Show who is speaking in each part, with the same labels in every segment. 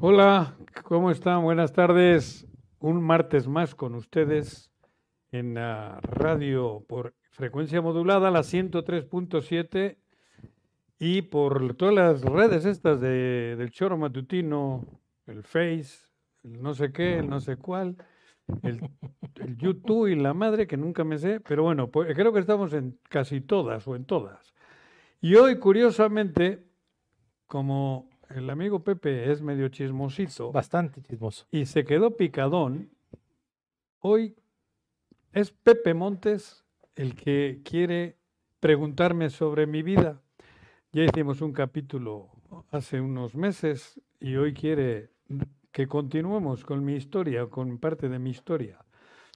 Speaker 1: Hola, ¿cómo están? Buenas tardes. Un martes más con ustedes en la radio por frecuencia modulada, la 103.7, y por todas las redes estas de, del choro matutino, el Face, el no sé qué, el no sé cuál, el, el YouTube y la madre que nunca me sé, pero bueno, pues creo que estamos en casi todas o en todas. Y hoy, curiosamente, como el amigo Pepe es medio chismosito
Speaker 2: Bastante chismoso.
Speaker 1: y se quedó picadón, hoy es Pepe Montes el que quiere preguntarme sobre mi vida. Ya hicimos un capítulo hace unos meses y hoy quiere que continuemos con mi historia, con parte de mi historia.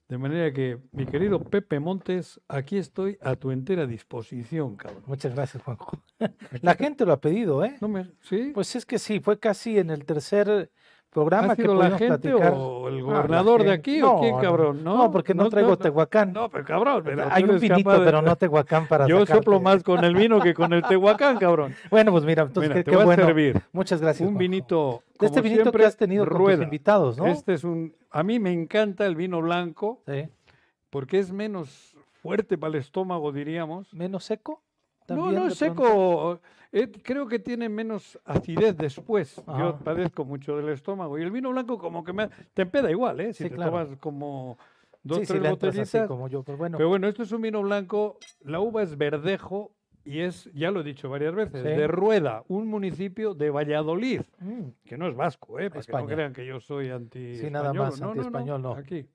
Speaker 1: De manera que, mi querido Pepe Montes, aquí estoy a tu entera disposición, cabrón.
Speaker 2: Muchas gracias, Juanjo. La gente lo ha pedido, ¿eh?
Speaker 1: No me- ¿sí?
Speaker 2: Pues es que sí, fue casi en el tercer programa
Speaker 1: ¿Ha
Speaker 2: que
Speaker 1: sido la
Speaker 2: pudimos
Speaker 1: gente
Speaker 2: platicar.
Speaker 1: o el
Speaker 2: Ah,
Speaker 1: gobernador
Speaker 2: la
Speaker 1: de
Speaker 2: gente.
Speaker 1: aquí
Speaker 2: No,
Speaker 1: o quién,
Speaker 2: no,
Speaker 1: cabrón? No,
Speaker 2: No, porque no, traigo
Speaker 1: no,
Speaker 2: Tehuacán.
Speaker 1: No, pero cabrón, pero
Speaker 2: Hay
Speaker 1: tú
Speaker 2: un
Speaker 1: eres capaz
Speaker 2: vinito,
Speaker 1: de-
Speaker 2: pero no Tehuacán para
Speaker 1: Yo
Speaker 2: sacarte.
Speaker 1: soplo más con el vino que con el Tehuacán, cabrón.
Speaker 2: Bueno, pues mira, entonces
Speaker 1: Mira,
Speaker 2: qué,
Speaker 1: te
Speaker 2: qué
Speaker 1: voy
Speaker 2: bueno.
Speaker 1: a servir
Speaker 2: Muchas gracias.
Speaker 1: un
Speaker 2: Juanjo.
Speaker 1: vinito.
Speaker 2: De este
Speaker 1: como
Speaker 2: vinito
Speaker 1: siempre,
Speaker 2: que has tenido con tus
Speaker 1: rueda.
Speaker 2: invitados, ¿no?
Speaker 1: Este es un. A mí me encanta el vino blanco
Speaker 2: Sí.
Speaker 1: porque es menos fuerte para el estómago, diríamos.
Speaker 2: Menos seco.
Speaker 1: No,
Speaker 2: también
Speaker 1: no
Speaker 2: de
Speaker 1: es
Speaker 2: pronto.
Speaker 1: seco. eh, creo que tiene menos acidez después. Yo
Speaker 2: Ajá.
Speaker 1: padezco mucho del estómago. Y el vino blanco como que me... Te empeda igual, ¿eh? Si
Speaker 2: Sí,
Speaker 1: te
Speaker 2: claro.
Speaker 1: tomas como dos,
Speaker 2: sí, sí,
Speaker 1: tres
Speaker 2: le entras así
Speaker 1: botellitas.
Speaker 2: como yo, pero bueno.
Speaker 1: Pero bueno, esto es un vino blanco. La uva es verdejo y es, ya lo he dicho varias veces,
Speaker 2: Sí.
Speaker 1: de Rueda, un municipio de Valladolid,
Speaker 2: Mm.
Speaker 1: que no es vasco, ¿eh? Para que no
Speaker 2: España.
Speaker 1: crean que yo soy anti
Speaker 2: Sí, nada más, antiespañol, no.
Speaker 1: Aquí,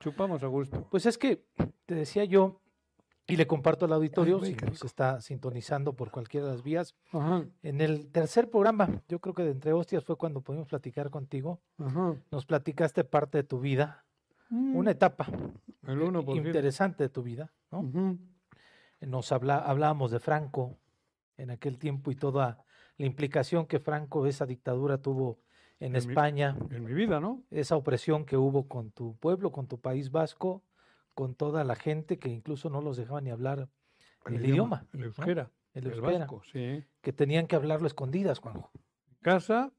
Speaker 1: chupamos a gusto.
Speaker 2: Pues es que te decía yo, y le comparto al auditorio,
Speaker 1: güey,
Speaker 2: si
Speaker 1: qué
Speaker 2: nos
Speaker 1: rico.
Speaker 2: está sintonizando por cualquiera de las vías,
Speaker 1: Ajá,
Speaker 2: en el tercer programa, yo creo que de Entre Hostias fue cuando pudimos platicar contigo,
Speaker 1: ajá.
Speaker 2: nos platicaste parte de tu vida,
Speaker 1: Mm,
Speaker 2: una etapa
Speaker 1: El uno por Mm. ciento.
Speaker 2: interesante de tu vida, ¿no?
Speaker 1: Ujú.
Speaker 2: Nos habla, hablábamos de Franco en aquel tiempo y toda la implicación que Franco, esa dictadura tuvo en
Speaker 1: En mi-
Speaker 2: España,
Speaker 1: En mi vida, ¿no?
Speaker 2: esa opresión que hubo con tu pueblo, con tu país vasco, con toda la gente que incluso no los dejaban ni hablar El idioma,
Speaker 1: El euskera.
Speaker 2: el
Speaker 1: El,
Speaker 2: euskera,
Speaker 1: vasco, sí.
Speaker 2: que tenían que hablarlo a escondidas, Juanjo.
Speaker 1: Casa,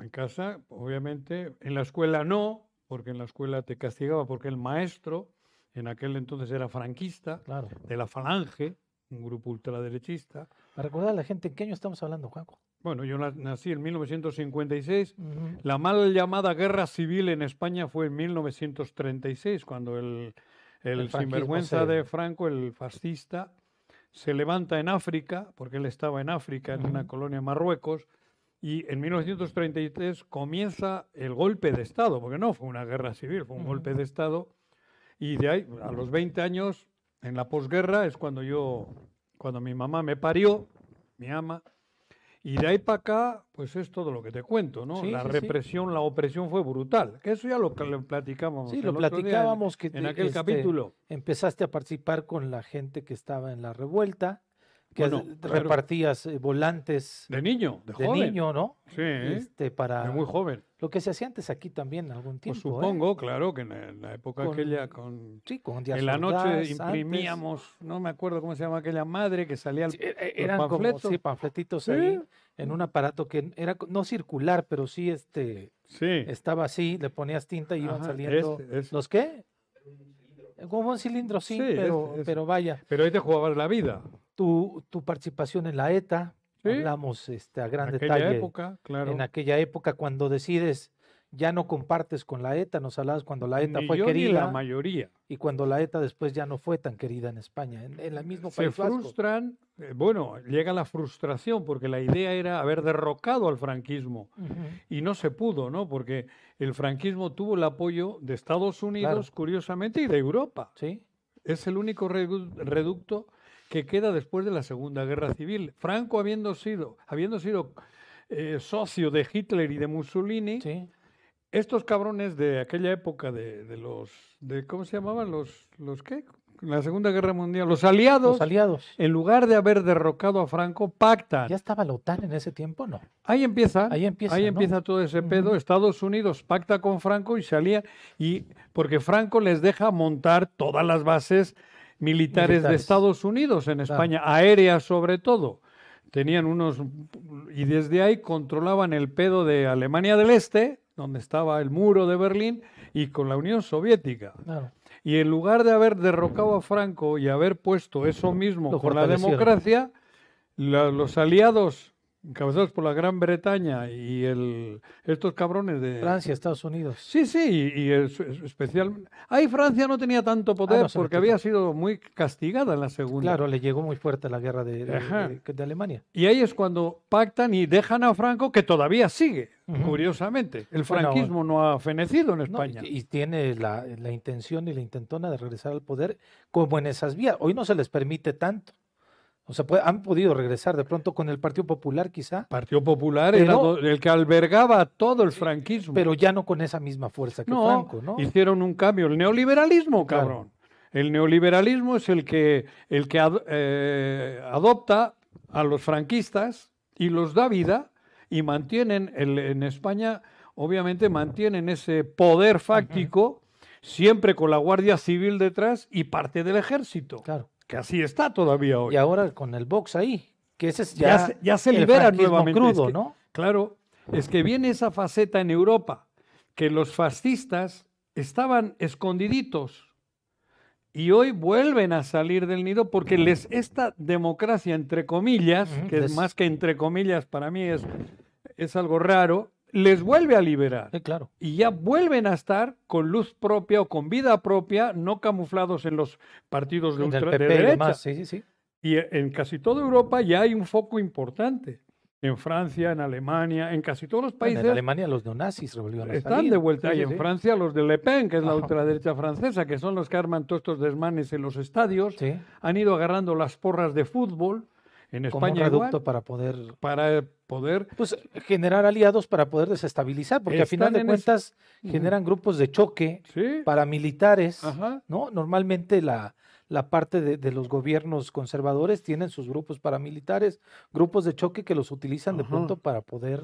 Speaker 1: en casa, obviamente, en la escuela no, porque en la escuela te castigaba, porque el maestro, en aquel entonces era franquista,
Speaker 2: Claro.
Speaker 1: de la Falange, un grupo ultraderechista.
Speaker 2: Para recordar a la gente, ¿en qué año estamos hablando, Juanjo?
Speaker 1: Bueno, yo na- nací en 1956.
Speaker 2: Ujú.
Speaker 1: La mal llamada guerra civil en España fue en 1936, cuando el, el
Speaker 2: El franquismo
Speaker 1: sinvergüenza
Speaker 2: se-
Speaker 1: de Franco, el fascista, se levanta en África, porque él estaba en África, en una
Speaker 2: Ujú.
Speaker 1: colonia en Marruecos, y en 1933 comienza el golpe de Estado, porque no fue una guerra civil, fue un
Speaker 2: Ujú.
Speaker 1: golpe de Estado, y de ahí, a los 20 años, en la posguerra, es cuando yo, cuando mi mamá me parió, mi ama, y de ahí para acá, pues es todo lo que te cuento, ¿no?
Speaker 2: Sí,
Speaker 1: la
Speaker 2: sí, sí.
Speaker 1: represión, la opresión fue brutal. Que eso ya lo que le platicábamos.
Speaker 2: Sí,
Speaker 1: el
Speaker 2: lo
Speaker 1: otro día en-
Speaker 2: platicábamos que
Speaker 1: En,
Speaker 2: te-
Speaker 1: aquel
Speaker 2: este,
Speaker 1: capítulo.
Speaker 2: Empezaste a participar con la gente que estaba en la revuelta, que
Speaker 1: Bueno,
Speaker 2: has-
Speaker 1: claro.
Speaker 2: repartías eh, volantes
Speaker 1: De niño, de,
Speaker 2: de,
Speaker 1: joven.
Speaker 2: niño, ¿no?
Speaker 1: Sí, de
Speaker 2: Este, para
Speaker 1: muy joven.
Speaker 2: lo que se hacía antes aquí también algún
Speaker 1: Pues
Speaker 2: tiempo. ¿eh?
Speaker 1: supongo, claro, que en la, en la época
Speaker 2: Con-
Speaker 1: aquella con...
Speaker 2: Sí, con Díaz
Speaker 1: En la
Speaker 2: Ordaz,
Speaker 1: noche
Speaker 2: antes.
Speaker 1: imprimíamos, no me acuerdo cómo se llama aquella madre que salía al...
Speaker 2: Sí, e- e- eran como
Speaker 1: panfletos.
Speaker 2: sí, panfletitos
Speaker 1: Sí.
Speaker 2: ahí en un aparato que era co- no circular, pero sí este
Speaker 1: Sí,
Speaker 2: estaba así, le ponías tinta y iban
Speaker 1: Ajá,
Speaker 2: saliendo
Speaker 1: este, este.
Speaker 2: los qué? Como un cilindro, sí,
Speaker 1: Sí,
Speaker 2: pero,
Speaker 1: este, este.
Speaker 2: pero vaya,
Speaker 1: pero ahí te jugabas la vida.
Speaker 2: tu, tu participación en la ETA,
Speaker 1: Sí.
Speaker 2: hablamos este, a gran
Speaker 1: en aquella
Speaker 2: detalle
Speaker 1: época, claro.
Speaker 2: en aquella época cuando decides ya no compartes con la ETA, nos hablabas cuando la ETA
Speaker 1: Ni
Speaker 2: fue
Speaker 1: yo ni la
Speaker 2: querida
Speaker 1: mayoría.
Speaker 2: y cuando la ETA después ya no fue tan querida en España, en, en el mismo
Speaker 1: se
Speaker 2: país vasco.
Speaker 1: frustran, eh, bueno, llega la frustración porque la idea era haber derrocado al franquismo
Speaker 2: Ujú.
Speaker 1: y no se pudo, ¿no? Porque el franquismo tuvo el apoyo de Estados Unidos, curiosamente, y de Europa.
Speaker 2: Sí,
Speaker 1: Es el único redu- reducto que queda después de la Segunda Guerra Civil. Franco habiendo sido, habiendo sido eh, socio de Hitler y de Mussolini,
Speaker 2: sí.
Speaker 1: estos cabrones de aquella época de, de los, de, ¿cómo se llamaban? Los, los qué? La Segunda Guerra Mundial, los aliados
Speaker 2: Los aliados.
Speaker 1: en lugar de haber derrocado a Franco, pactan.
Speaker 2: ¿Ya estaba la OTAN en ese tiempo? No.
Speaker 1: Ahí empieza,
Speaker 2: Ahí empieza, ¿no?
Speaker 1: todo ese
Speaker 2: Ujú.
Speaker 1: pedo. Estados Unidos pacta con Franco y salía y porque Franco les deja montar todas las bases militares, de
Speaker 2: Militares.
Speaker 1: Estados Unidos en
Speaker 2: Claro.
Speaker 1: España, aéreas sobre todo. tenían unos y desde ahí controlaban el pedo de Alemania del Este, donde estaba el muro de Berlín, y con la Unión Soviética.
Speaker 2: Claro.
Speaker 1: Y en lugar de haber derrocado a Franco y haber puesto eso mismo
Speaker 2: Lo
Speaker 1: con la
Speaker 2: fortalecieron.
Speaker 1: democracia, la- los aliados encabezados por la Gran Bretaña y el, estos cabrones de
Speaker 2: Francia, Estados Unidos.
Speaker 1: Sí, sí, y, y es- es- especialmente... Ahí Francia no tenía tanto poder
Speaker 2: Ah, no se
Speaker 1: porque
Speaker 2: metió
Speaker 1: había
Speaker 2: tanto.
Speaker 1: sido muy castigada en la Segunda.
Speaker 2: Claro, le llegó muy fuerte la guerra de, de-
Speaker 1: Ajá.
Speaker 2: de- de Alemania.
Speaker 1: Y ahí es cuando pactan y dejan a Franco, que todavía sigue,
Speaker 2: Ujú.
Speaker 1: curiosamente. El
Speaker 2: Bueno,
Speaker 1: franquismo no ha fenecido en
Speaker 2: ¿no?
Speaker 1: España.
Speaker 2: Y, y tiene la, la intención y la intentona de regresar al poder como en esas vías. Hoy no se les permite tanto. O sea, pue- han podido regresar de pronto con el Partido Popular quizá,
Speaker 1: Partido Popular era
Speaker 2: Pero-
Speaker 1: do- el que albergaba todo el franquismo.
Speaker 2: pero ya no con esa misma fuerza que
Speaker 1: no,
Speaker 2: Franco, ¿no?
Speaker 1: hicieron un cambio. El neoliberalismo,
Speaker 2: Claro.
Speaker 1: cabrón. El neoliberalismo es el que, el que ad- eh, adopta a los franquistas y los da vida y mantienen el- en España, obviamente mantienen ese poder fáctico siempre con la Guardia Civil detrás y parte del ejército.
Speaker 2: Claro.
Speaker 1: que así está todavía hoy.
Speaker 2: Y ahora con el box ahí, que ese es
Speaker 1: Ya
Speaker 2: ya,
Speaker 1: se- ya se
Speaker 2: el
Speaker 1: liberan
Speaker 2: franquismo
Speaker 1: nuevamente,
Speaker 2: crudo,
Speaker 1: es que-
Speaker 2: ¿no?
Speaker 1: Claro, es que viene esa faceta en Europa, que los fascistas estaban escondiditos y hoy vuelven a salir del nido porque les esta democracia, entre comillas,
Speaker 2: Ujú,
Speaker 1: que es
Speaker 2: les-
Speaker 1: más que entre comillas para mí es, es algo raro, les vuelve a liberar.
Speaker 2: Sí, claro.
Speaker 1: Y ya vuelven a estar con luz propia o con vida propia, no camuflados en los partidos de
Speaker 2: Del PP y
Speaker 1: ultraderecha.
Speaker 2: demás, sí, sí, sí.
Speaker 1: Y e- en casi toda Europa ya hay un foco importante. En Francia, en Alemania, en casi todos los
Speaker 2: Bueno,
Speaker 1: países
Speaker 2: en Alemania los neonazis revolvieron la
Speaker 1: están
Speaker 2: salida.
Speaker 1: de vuelta.
Speaker 2: Sí,
Speaker 1: y
Speaker 2: sí,
Speaker 1: en
Speaker 2: sí.
Speaker 1: Francia los de Le Pen, que es la
Speaker 2: Ajá.
Speaker 1: ultraderecha francesa, que son los que arman todos estos desmanes en los estadios,
Speaker 2: Sí,
Speaker 1: han ido agarrando las porras de fútbol. En
Speaker 2: como un
Speaker 1: España igual,
Speaker 2: reducto para poder
Speaker 1: para poder...
Speaker 2: pues, generar aliados para poder desestabilizar, porque al final
Speaker 1: Están
Speaker 2: de
Speaker 1: en ese-
Speaker 2: cuentas
Speaker 1: Ujú.
Speaker 2: generan grupos de choque
Speaker 1: Sí,
Speaker 2: paramilitares,
Speaker 1: ajá.
Speaker 2: ¿no? Normalmente la, la parte de, de los gobiernos conservadores tienen sus grupos paramilitares, grupos de choque que los utilizan de
Speaker 1: Ajá.
Speaker 2: pronto para poder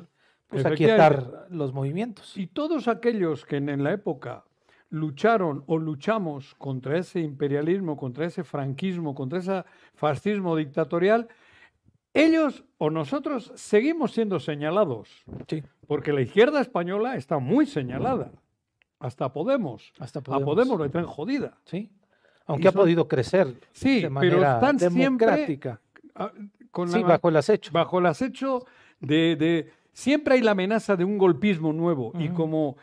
Speaker 2: pues,
Speaker 1: Efectivamente.
Speaker 2: aquietar los movimientos.
Speaker 1: Y todos aquellos que en, en la época lucharon o luchamos contra ese imperialismo, contra ese franquismo, contra ese fascismo dictatorial, ellos o nosotros seguimos siendo señalados,
Speaker 2: Sí,
Speaker 1: porque la izquierda española está muy señalada. Hasta Podemos.
Speaker 2: hasta
Speaker 1: A
Speaker 2: Podemos.
Speaker 1: Podemos la traen jodida.
Speaker 2: Sí. Aunque ha
Speaker 1: son-
Speaker 2: podido crecer
Speaker 1: Sí,
Speaker 2: de
Speaker 1: pero
Speaker 2: manera
Speaker 1: están siempre
Speaker 2: democrática.
Speaker 1: ah, con
Speaker 2: Sí,
Speaker 1: la-
Speaker 2: bajo el acecho.
Speaker 1: bajo el acecho de, de- siempre hay la amenaza de un golpismo nuevo y
Speaker 2: Ujú.
Speaker 1: como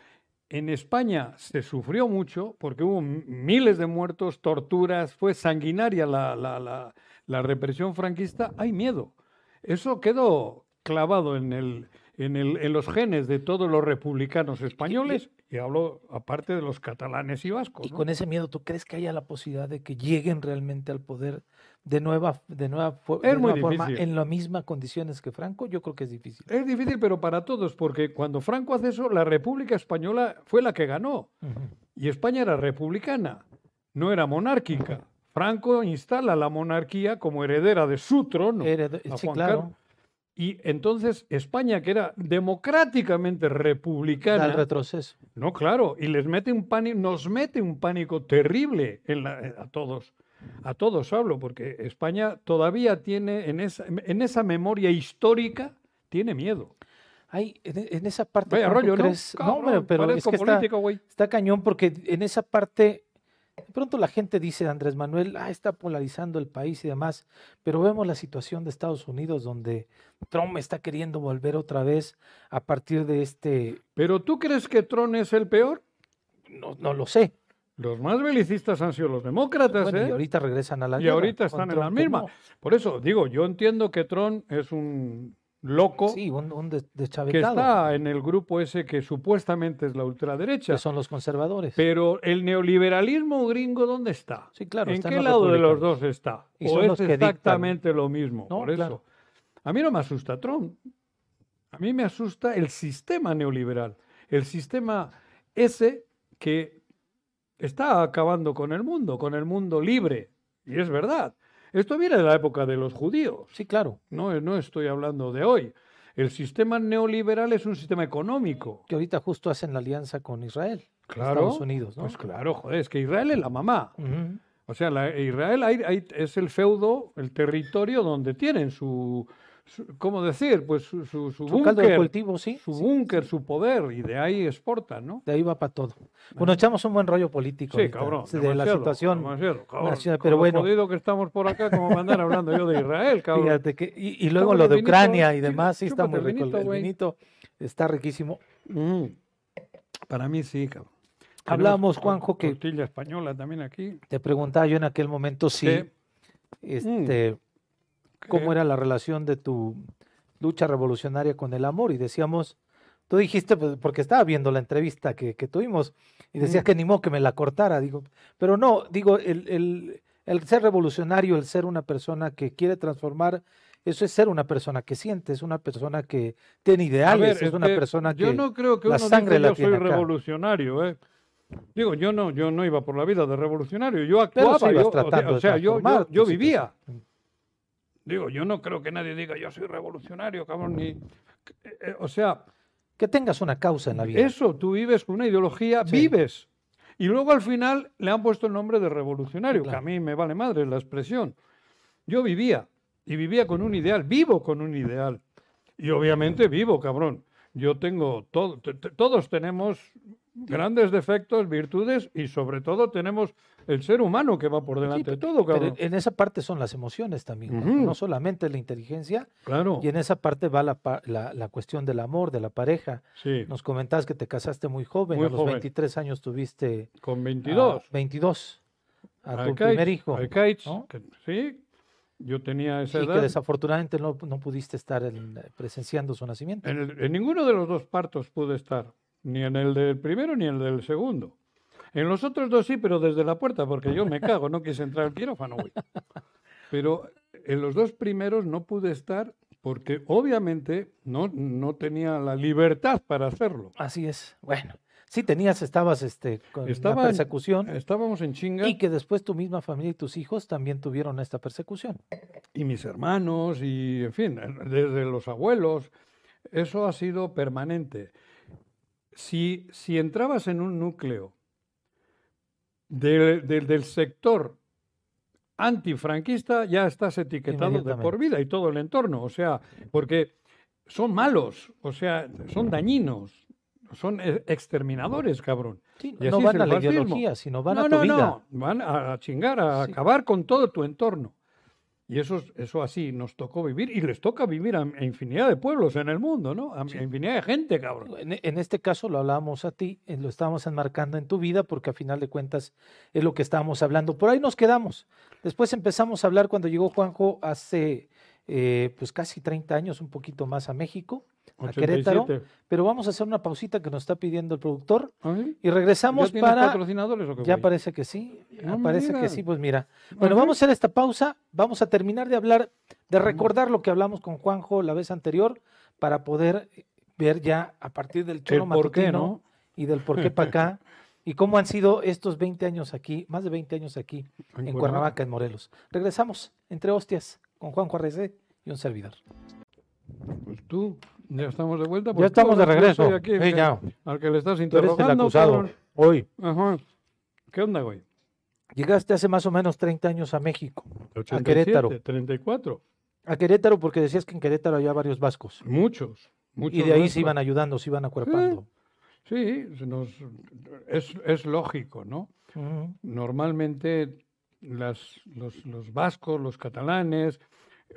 Speaker 1: en España se sufrió mucho porque hubo m- miles de muertos, torturas, fue sanguinaria la, la- la- la represión franquista, hay miedo. Eso quedó clavado en, el, en, el- en los genes de todos los republicanos españoles y hablo aparte de los catalanes y vascos.
Speaker 2: Y
Speaker 1: ¿no?
Speaker 2: con e ese miedo, ¿tú crees que haya la posibilidad de que lleguen realmente al poder de nueva, de nueva, fo- de
Speaker 1: Es muy
Speaker 2: nueva forma
Speaker 1: difícil.
Speaker 2: en las mismas condiciones que Franco? Yo creo que es difícil.
Speaker 1: Es difícil, pero para todos, porque cuando Franco hace eso, la República Española fue la que ganó.
Speaker 2: Ujú.
Speaker 1: Y España era republicana, no era monárquica. Franco instala la monarquía como heredera de su trono.
Speaker 2: Hered-
Speaker 1: a
Speaker 2: sí,
Speaker 1: Juan
Speaker 2: claro.
Speaker 1: Carlos, Y entonces España, que era democráticamente
Speaker 2: Da el
Speaker 1: republicana,
Speaker 2: retroceso.
Speaker 1: no, claro, y les mete un pánico, nos mete un pánico terrible en la- eh, a todos. A todos hablo, porque España todavía tiene en esa, en esa memoria histórica, tiene miedo.
Speaker 2: Ay, en, e- en esa parte.
Speaker 1: Vaya
Speaker 2: ¿cuánto
Speaker 1: rollo, ¿no?
Speaker 2: crees? No, hombre,
Speaker 1: Cabrón,
Speaker 2: pero es
Speaker 1: parezco
Speaker 2: que está,
Speaker 1: político, güey.
Speaker 2: está cañón porque en esa parte. De pronto la gente dice, Andrés Manuel, ah, está polarizando el país y demás, pero vemos la situación de Estados Unidos donde Trump está queriendo volver otra vez a partir de este,
Speaker 1: Pero ¿tú crees que Tron es el peor?
Speaker 2: no, no lo sé,
Speaker 1: Los más belicistas han sido los demócratas,
Speaker 2: Bueno,
Speaker 1: ¿eh?
Speaker 2: y ahorita regresan a la
Speaker 1: Y
Speaker 2: guerra
Speaker 1: ahorita
Speaker 2: con
Speaker 1: están en
Speaker 2: Trump,
Speaker 1: la
Speaker 2: que
Speaker 1: misma.
Speaker 2: no.
Speaker 1: Por eso digo, yo entiendo que Tron es un loco
Speaker 2: Sí, un, un des-
Speaker 1: que
Speaker 2: deschavetado,
Speaker 1: está en el grupo ese que supuestamente es la
Speaker 2: que
Speaker 1: ultraderecha.
Speaker 2: son los conservadores.
Speaker 1: Pero el neoliberalismo gringo, ¿dónde está?
Speaker 2: Sí, claro,
Speaker 1: ¿En
Speaker 2: están
Speaker 1: qué
Speaker 2: los
Speaker 1: lado de los
Speaker 2: republicanos.
Speaker 1: dos está?
Speaker 2: Y
Speaker 1: o
Speaker 2: son
Speaker 1: es
Speaker 2: los que dictan.
Speaker 1: exactamente lo mismo.
Speaker 2: No,
Speaker 1: por eso.
Speaker 2: claro.
Speaker 1: A mí no me asusta Trump. A mí me asusta el sistema neoliberal. El sistema ese que está acabando con el mundo, con el mundo libre. Y es verdad. Esto viene de la época de los judíos.
Speaker 2: Sí, claro,
Speaker 1: No, no estoy hablando de hoy. El sistema neoliberal es un sistema económico.
Speaker 2: que ahorita justo hacen la alianza con Israel,
Speaker 1: Claro.
Speaker 2: Estados Unidos, ¿no?
Speaker 1: Pues claro, joder, es que Israel es la mamá.
Speaker 2: Ujú.
Speaker 1: O sea, la- Israel ahí- ahí es el feudo, el territorio donde tienen su, su- ¿cómo decir? Pues su, su, su
Speaker 2: Su caldo de
Speaker 1: búnker,
Speaker 2: cultivo, sí.
Speaker 1: su
Speaker 2: sí,
Speaker 1: búnker, su poder, y de ahí exportan, ¿no?
Speaker 2: De ahí va para todo. Bueno, echamos un buen rollo político.
Speaker 1: Sí,
Speaker 2: ahorita,
Speaker 1: cabrón.
Speaker 2: sí, De la
Speaker 1: demasiado,
Speaker 2: situación.
Speaker 1: demasiado, cabrón,
Speaker 2: nacional,
Speaker 1: con
Speaker 2: pero
Speaker 1: lo
Speaker 2: bueno.
Speaker 1: jodido que estamos por acá, como mandar hablando yo de Israel, cabrón.
Speaker 2: Fíjate que, y, y luego
Speaker 1: Chúpate
Speaker 2: lo de
Speaker 1: vinito,
Speaker 2: Ucrania y
Speaker 1: chú-
Speaker 2: demás, sí está muy
Speaker 1: chúpate
Speaker 2: rico. El-
Speaker 1: vinito,
Speaker 2: El
Speaker 1: güey.
Speaker 2: vinito está riquísimo.
Speaker 1: Mm, Para mí sí, cabrón. Tenemos
Speaker 2: Hablábamos,
Speaker 1: tor-
Speaker 2: Juanjo, que-
Speaker 1: Tortilla española también aquí.
Speaker 2: Te preguntaba yo en aquel momento si
Speaker 1: que- Mm.
Speaker 2: este, cómo
Speaker 1: que-
Speaker 2: era la relación de tu lucha revolucionaria con el amor. Y decíamos, tú dijiste, pues, porque estaba viendo la entrevista que, que tuvimos, y decías
Speaker 1: Mm.
Speaker 2: que ni modo que me la cortara, digo, pero no, digo, el, el- el ser revolucionario, el ser una persona que quiere transformar, eso es ser una persona que siente, es una persona que tiene
Speaker 1: A
Speaker 2: ideales,
Speaker 1: ver,
Speaker 2: es una
Speaker 1: este,
Speaker 2: persona que...
Speaker 1: Yo no creo que
Speaker 2: la
Speaker 1: uno
Speaker 2: sangre
Speaker 1: diga
Speaker 2: la
Speaker 1: yo soy
Speaker 2: tiene acá".
Speaker 1: revolucionario, ¿eh? Digo, yo no, yo no iba por la vida de revolucionario, yo
Speaker 2: Pero sí
Speaker 1: actuaba,
Speaker 2: ibas
Speaker 1: yo- o sea-
Speaker 2: tratando
Speaker 1: o
Speaker 2: de
Speaker 1: sea, yo, yo-
Speaker 2: transformar tu
Speaker 1: yo vivía.
Speaker 2: situación.
Speaker 1: Digo, yo no creo que nadie diga yo soy revolucionario, cabrón, ni- eh, eh, o sea,
Speaker 2: Que tengas una causa en la vida.
Speaker 1: Eso, tú vives con una ideología,
Speaker 2: Sí.
Speaker 1: vives. Y luego al final le han puesto el nombre de revolucionario,
Speaker 2: Claro.
Speaker 1: que a mí me vale madre la expresión. Yo vivía, y vivía con un ideal, vivo con un ideal. Y obviamente vivo, cabrón. Yo tengo todo, te- te- todos tenemos grandes defectos, virtudes y sobre todo tenemos el ser humano que va por delante de todo,
Speaker 2: Pero
Speaker 1: cabrón.
Speaker 2: en- en esa parte son las emociones también, Juanjo,
Speaker 1: Ujú.
Speaker 2: no solamente la inteligencia,
Speaker 1: claro,
Speaker 2: eh, y en esa parte va la, pa- la- la cuestión del amor, de la pareja.
Speaker 1: sí,
Speaker 2: Nos comentabas que te casaste muy joven,
Speaker 1: Muy
Speaker 2: a los
Speaker 1: joven.
Speaker 2: 23 años tuviste
Speaker 1: con
Speaker 2: a
Speaker 1: 22.
Speaker 2: 22, a tu
Speaker 1: Al Caich-
Speaker 2: primer hijo,
Speaker 1: al Caich,
Speaker 2: ¿no?
Speaker 1: que- sí, yo tenía esa
Speaker 2: y
Speaker 1: edad.
Speaker 2: que desafortunadamente no, no pudiste estar en- presenciando su nacimiento.
Speaker 1: En, el- en ninguno de los dos partos pude estar, ni en el del primero ni en el del segundo. En los otros dos sí, pero desde la puerta, porque yo me cago, no quise entrar al quirófano, güey. Pero en los dos primeros no pude estar porque obviamente no, no tenía la libertad para hacerlo.
Speaker 2: Así es, bueno, sí tenías, estabas este, con una
Speaker 1: Estaba en-
Speaker 2: persecución,
Speaker 1: Estábamos en chinga
Speaker 2: y
Speaker 1: y,
Speaker 2: que después tu misma familia y tus hijos también tuvieron esta persecución.
Speaker 1: mis hermanos y, en fin, desde los abuelos. Eso ha sido permanente. Si, si entrabas en un núcleo del, del- del sector antifranquista, ya estás etiquetado de por
Speaker 2: Inmediatamente.
Speaker 1: vida y todo el entorno. O sea, porque son malos, o sea, son dañinos, son eh, exterminadores, cabrón.
Speaker 2: Sí,
Speaker 1: Y así
Speaker 2: no
Speaker 1: es
Speaker 2: van
Speaker 1: el
Speaker 2: a la
Speaker 1: fascismo.
Speaker 2: ideología, sino van
Speaker 1: no,
Speaker 2: a tu
Speaker 1: no,
Speaker 2: vida.
Speaker 1: no, van a, a chingar, a
Speaker 2: Sí.
Speaker 1: acabar con todo tu entorno. Y eso, es- eso así nos tocó vivir y les toca vivir a, a infinidad de pueblos en el mundo, ¿no? A,
Speaker 2: Sí.
Speaker 1: a infinidad de gente, cabrón.
Speaker 2: Digo, En, e- en este caso lo hablábamos a ti, eh, lo estábamos enmarcando en tu vida porque a final de cuentas es lo que estábamos hablando. Por ahí nos quedamos. Después empezamos a hablar cuando llegó Juanjo hace eh, pues casi 30 años, un poquito más a México, a Querétaro.
Speaker 1: 87.
Speaker 2: Pero vamos a hacer una pausita que nos está pidiendo el productor
Speaker 1: ¿Ah, sí?
Speaker 2: y regresamos
Speaker 1: ¿Ya tienes
Speaker 2: para...
Speaker 1: patrocinadores o qué,
Speaker 2: Ya
Speaker 1: güey?
Speaker 2: parece que sí,
Speaker 1: No me
Speaker 2: parece que
Speaker 1: digas.
Speaker 2: sí, pues mira. Bueno,
Speaker 1: Ajá.
Speaker 2: vamos a hacer esta pausa, vamos a terminar de hablar, de recordar lo que hablamos con Juanjo la vez anterior para poder eh, ver ya a partir del choro
Speaker 1: El por qué,
Speaker 2: matutino
Speaker 1: ¿no?
Speaker 2: y del por qué para acá y cómo han sido estos 20 años aquí, más de 20 años aquí en, Cuernavaca, en Morelos. Regresamos entre hostias con Juanjo Arrece y un servidor.
Speaker 1: Pues tú, ya estamos de vuelta.
Speaker 2: ya
Speaker 1: pues tú
Speaker 2: estamos de
Speaker 1: eres- yo
Speaker 2: regreso.
Speaker 1: soy aquí el
Speaker 2: Ey,
Speaker 1: que-
Speaker 2: ya,
Speaker 1: Al que le estás
Speaker 2: tú eres el
Speaker 1: interrogando.
Speaker 2: acusado.
Speaker 1: cabrón.
Speaker 2: Hoy
Speaker 1: Ajá. ¿Qué onda, güey?
Speaker 2: llegaste hace más o menos 30 años a México,
Speaker 1: 87,
Speaker 2: Querétaro.
Speaker 1: 34.
Speaker 2: a Querétaro porque decías que en Querétaro había varios vascos.
Speaker 1: Muchos. muchos
Speaker 2: y de ahí
Speaker 1: nuestros.
Speaker 2: se iban ayudando, se iban acuerpando.
Speaker 1: Sí, se nos, es, es lógico, ¿no?
Speaker 2: Ujú.
Speaker 1: Normalmente las, los, los vascos, los catalanes,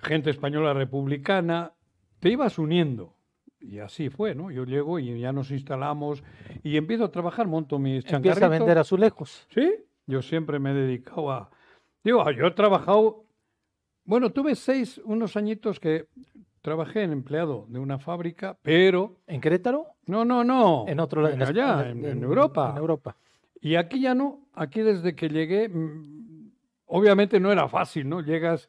Speaker 1: gente española republicana, te ibas uniendo. Y así fue, ¿no? Yo llego y ya nos instalamos y empiezo a trabajar, monto mis changarritos.
Speaker 2: Empieza a vender azulejos.
Speaker 1: Sí, yo siempre me he dedicado a... Digo, yo he trabajado... Bueno, tuve seis, unos añitos que trabajé en empleado de una fábrica, pero...
Speaker 2: ¿En Querétaro?
Speaker 1: No, no, no.
Speaker 2: En otro lado.
Speaker 1: allá, Oh, en- en Europa.
Speaker 2: En Europa.
Speaker 1: Y aquí ya no, aquí desde que llegué, mm, obviamente no era fácil, ¿no? Llegas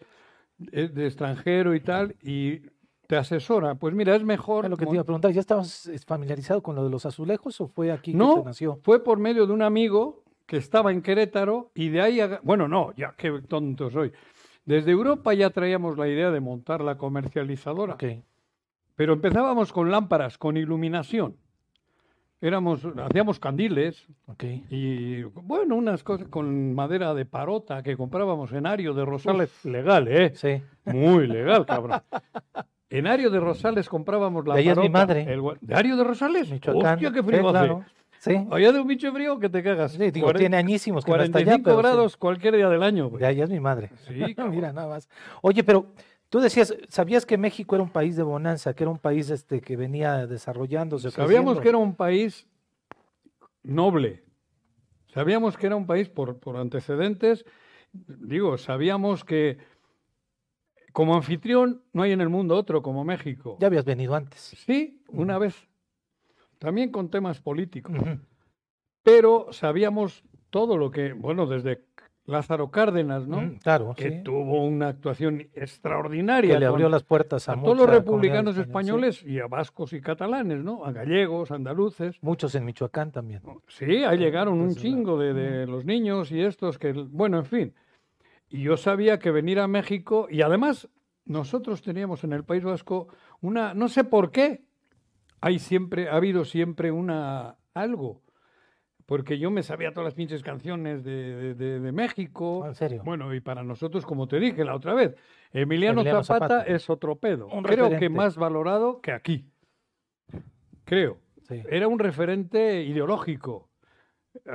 Speaker 1: eh, de extranjero y tal y te asesora. Pues mira, es mejor...
Speaker 2: Era lo que te
Speaker 1: mon-
Speaker 2: iba a preguntar, ¿ya estabas eh, familiarizado con lo de los azulejos o fue aquí que
Speaker 1: No.
Speaker 2: te nació?
Speaker 1: Fue por medio de un amigo que estaba en Querétaro y de ahí, aga- bueno, no, ya qué tonto soy. Desde Europa ya traíamos la idea de montar la comercializadora,
Speaker 2: Ok.
Speaker 1: pero empezábamos con lámparas, con iluminación. Éramos, hacíamos candiles
Speaker 2: ok.
Speaker 1: y, bueno, unas cosas con madera de parota que comprábamos en Ario de Rosales, legal, ¿eh?
Speaker 2: Sí.
Speaker 1: Muy legal, cabrón. En Ario de Rosales comprábamos la
Speaker 2: De ahí es mi
Speaker 1: marota,
Speaker 2: madre.
Speaker 1: el gua- ¿De Ario de Rosales?
Speaker 2: Michoacán.
Speaker 1: Hostia, qué
Speaker 2: Sí,
Speaker 1: frío hace.
Speaker 2: claro. Sí.
Speaker 1: Allá de un pinche frío que te cagas.
Speaker 2: Sí, digo,
Speaker 1: Cuaren-
Speaker 2: tiene añísimos que no está
Speaker 1: 45
Speaker 2: allá, pero sí.
Speaker 1: grados cualquier día del año. güey.
Speaker 2: De allá es mi madre.
Speaker 1: Sí,
Speaker 2: Mira, nada más. Oye, pero tú decías, ¿sabías que México era un país de bonanza, que era un país este, que venía desarrollándose?
Speaker 1: Sabíamos
Speaker 2: creciendo?
Speaker 1: que era un país noble. Sabíamos que era un país por, por antecedentes. Digo, sabíamos que como anfitrión no hay en el mundo otro como México.
Speaker 2: Ya Mm. habías venido antes.
Speaker 1: Sí, una
Speaker 2: Ujú.
Speaker 1: vez. También con temas políticos.
Speaker 2: Ujú.
Speaker 1: Pero sabíamos todo lo que, bueno, desde Lázaro Cárdenas, ¿no? Eh,
Speaker 2: Mm, Claro,
Speaker 1: Que
Speaker 2: sí,
Speaker 1: tuvo una actuación
Speaker 2: que
Speaker 1: extraordinaria.
Speaker 2: le abrió
Speaker 1: con-
Speaker 2: las puertas a,
Speaker 1: a todos los
Speaker 2: mucha comunidad
Speaker 1: republicanos
Speaker 2: española, sí.
Speaker 1: españoles y a vascos y catalanes, ¿no? A gallegos, andaluces.
Speaker 2: Muchos en Michoacán también.
Speaker 1: Sí, ahí llegaron un
Speaker 2: Desde la-
Speaker 1: chingo de, de los niños y estos que, bueno, en fin. Y yo sabía que venir a México y además nosotros teníamos en el País Vasco una, no sé por qué, hay siempre, ha habido siempre una, algo. Porque yo me sabía todas las pinches canciones de, de- de- de México.
Speaker 2: En serio.
Speaker 1: Oh, Bueno, y para nosotros, como te dije la otra vez, Emiliano,
Speaker 2: Emiliano
Speaker 1: Zapata,
Speaker 2: Zapata.
Speaker 1: es otro pedo.
Speaker 2: Un
Speaker 1: Creo que
Speaker 2: referente.
Speaker 1: más valorado que aquí. Creo.
Speaker 2: Sí.
Speaker 1: Era un referente ideológico.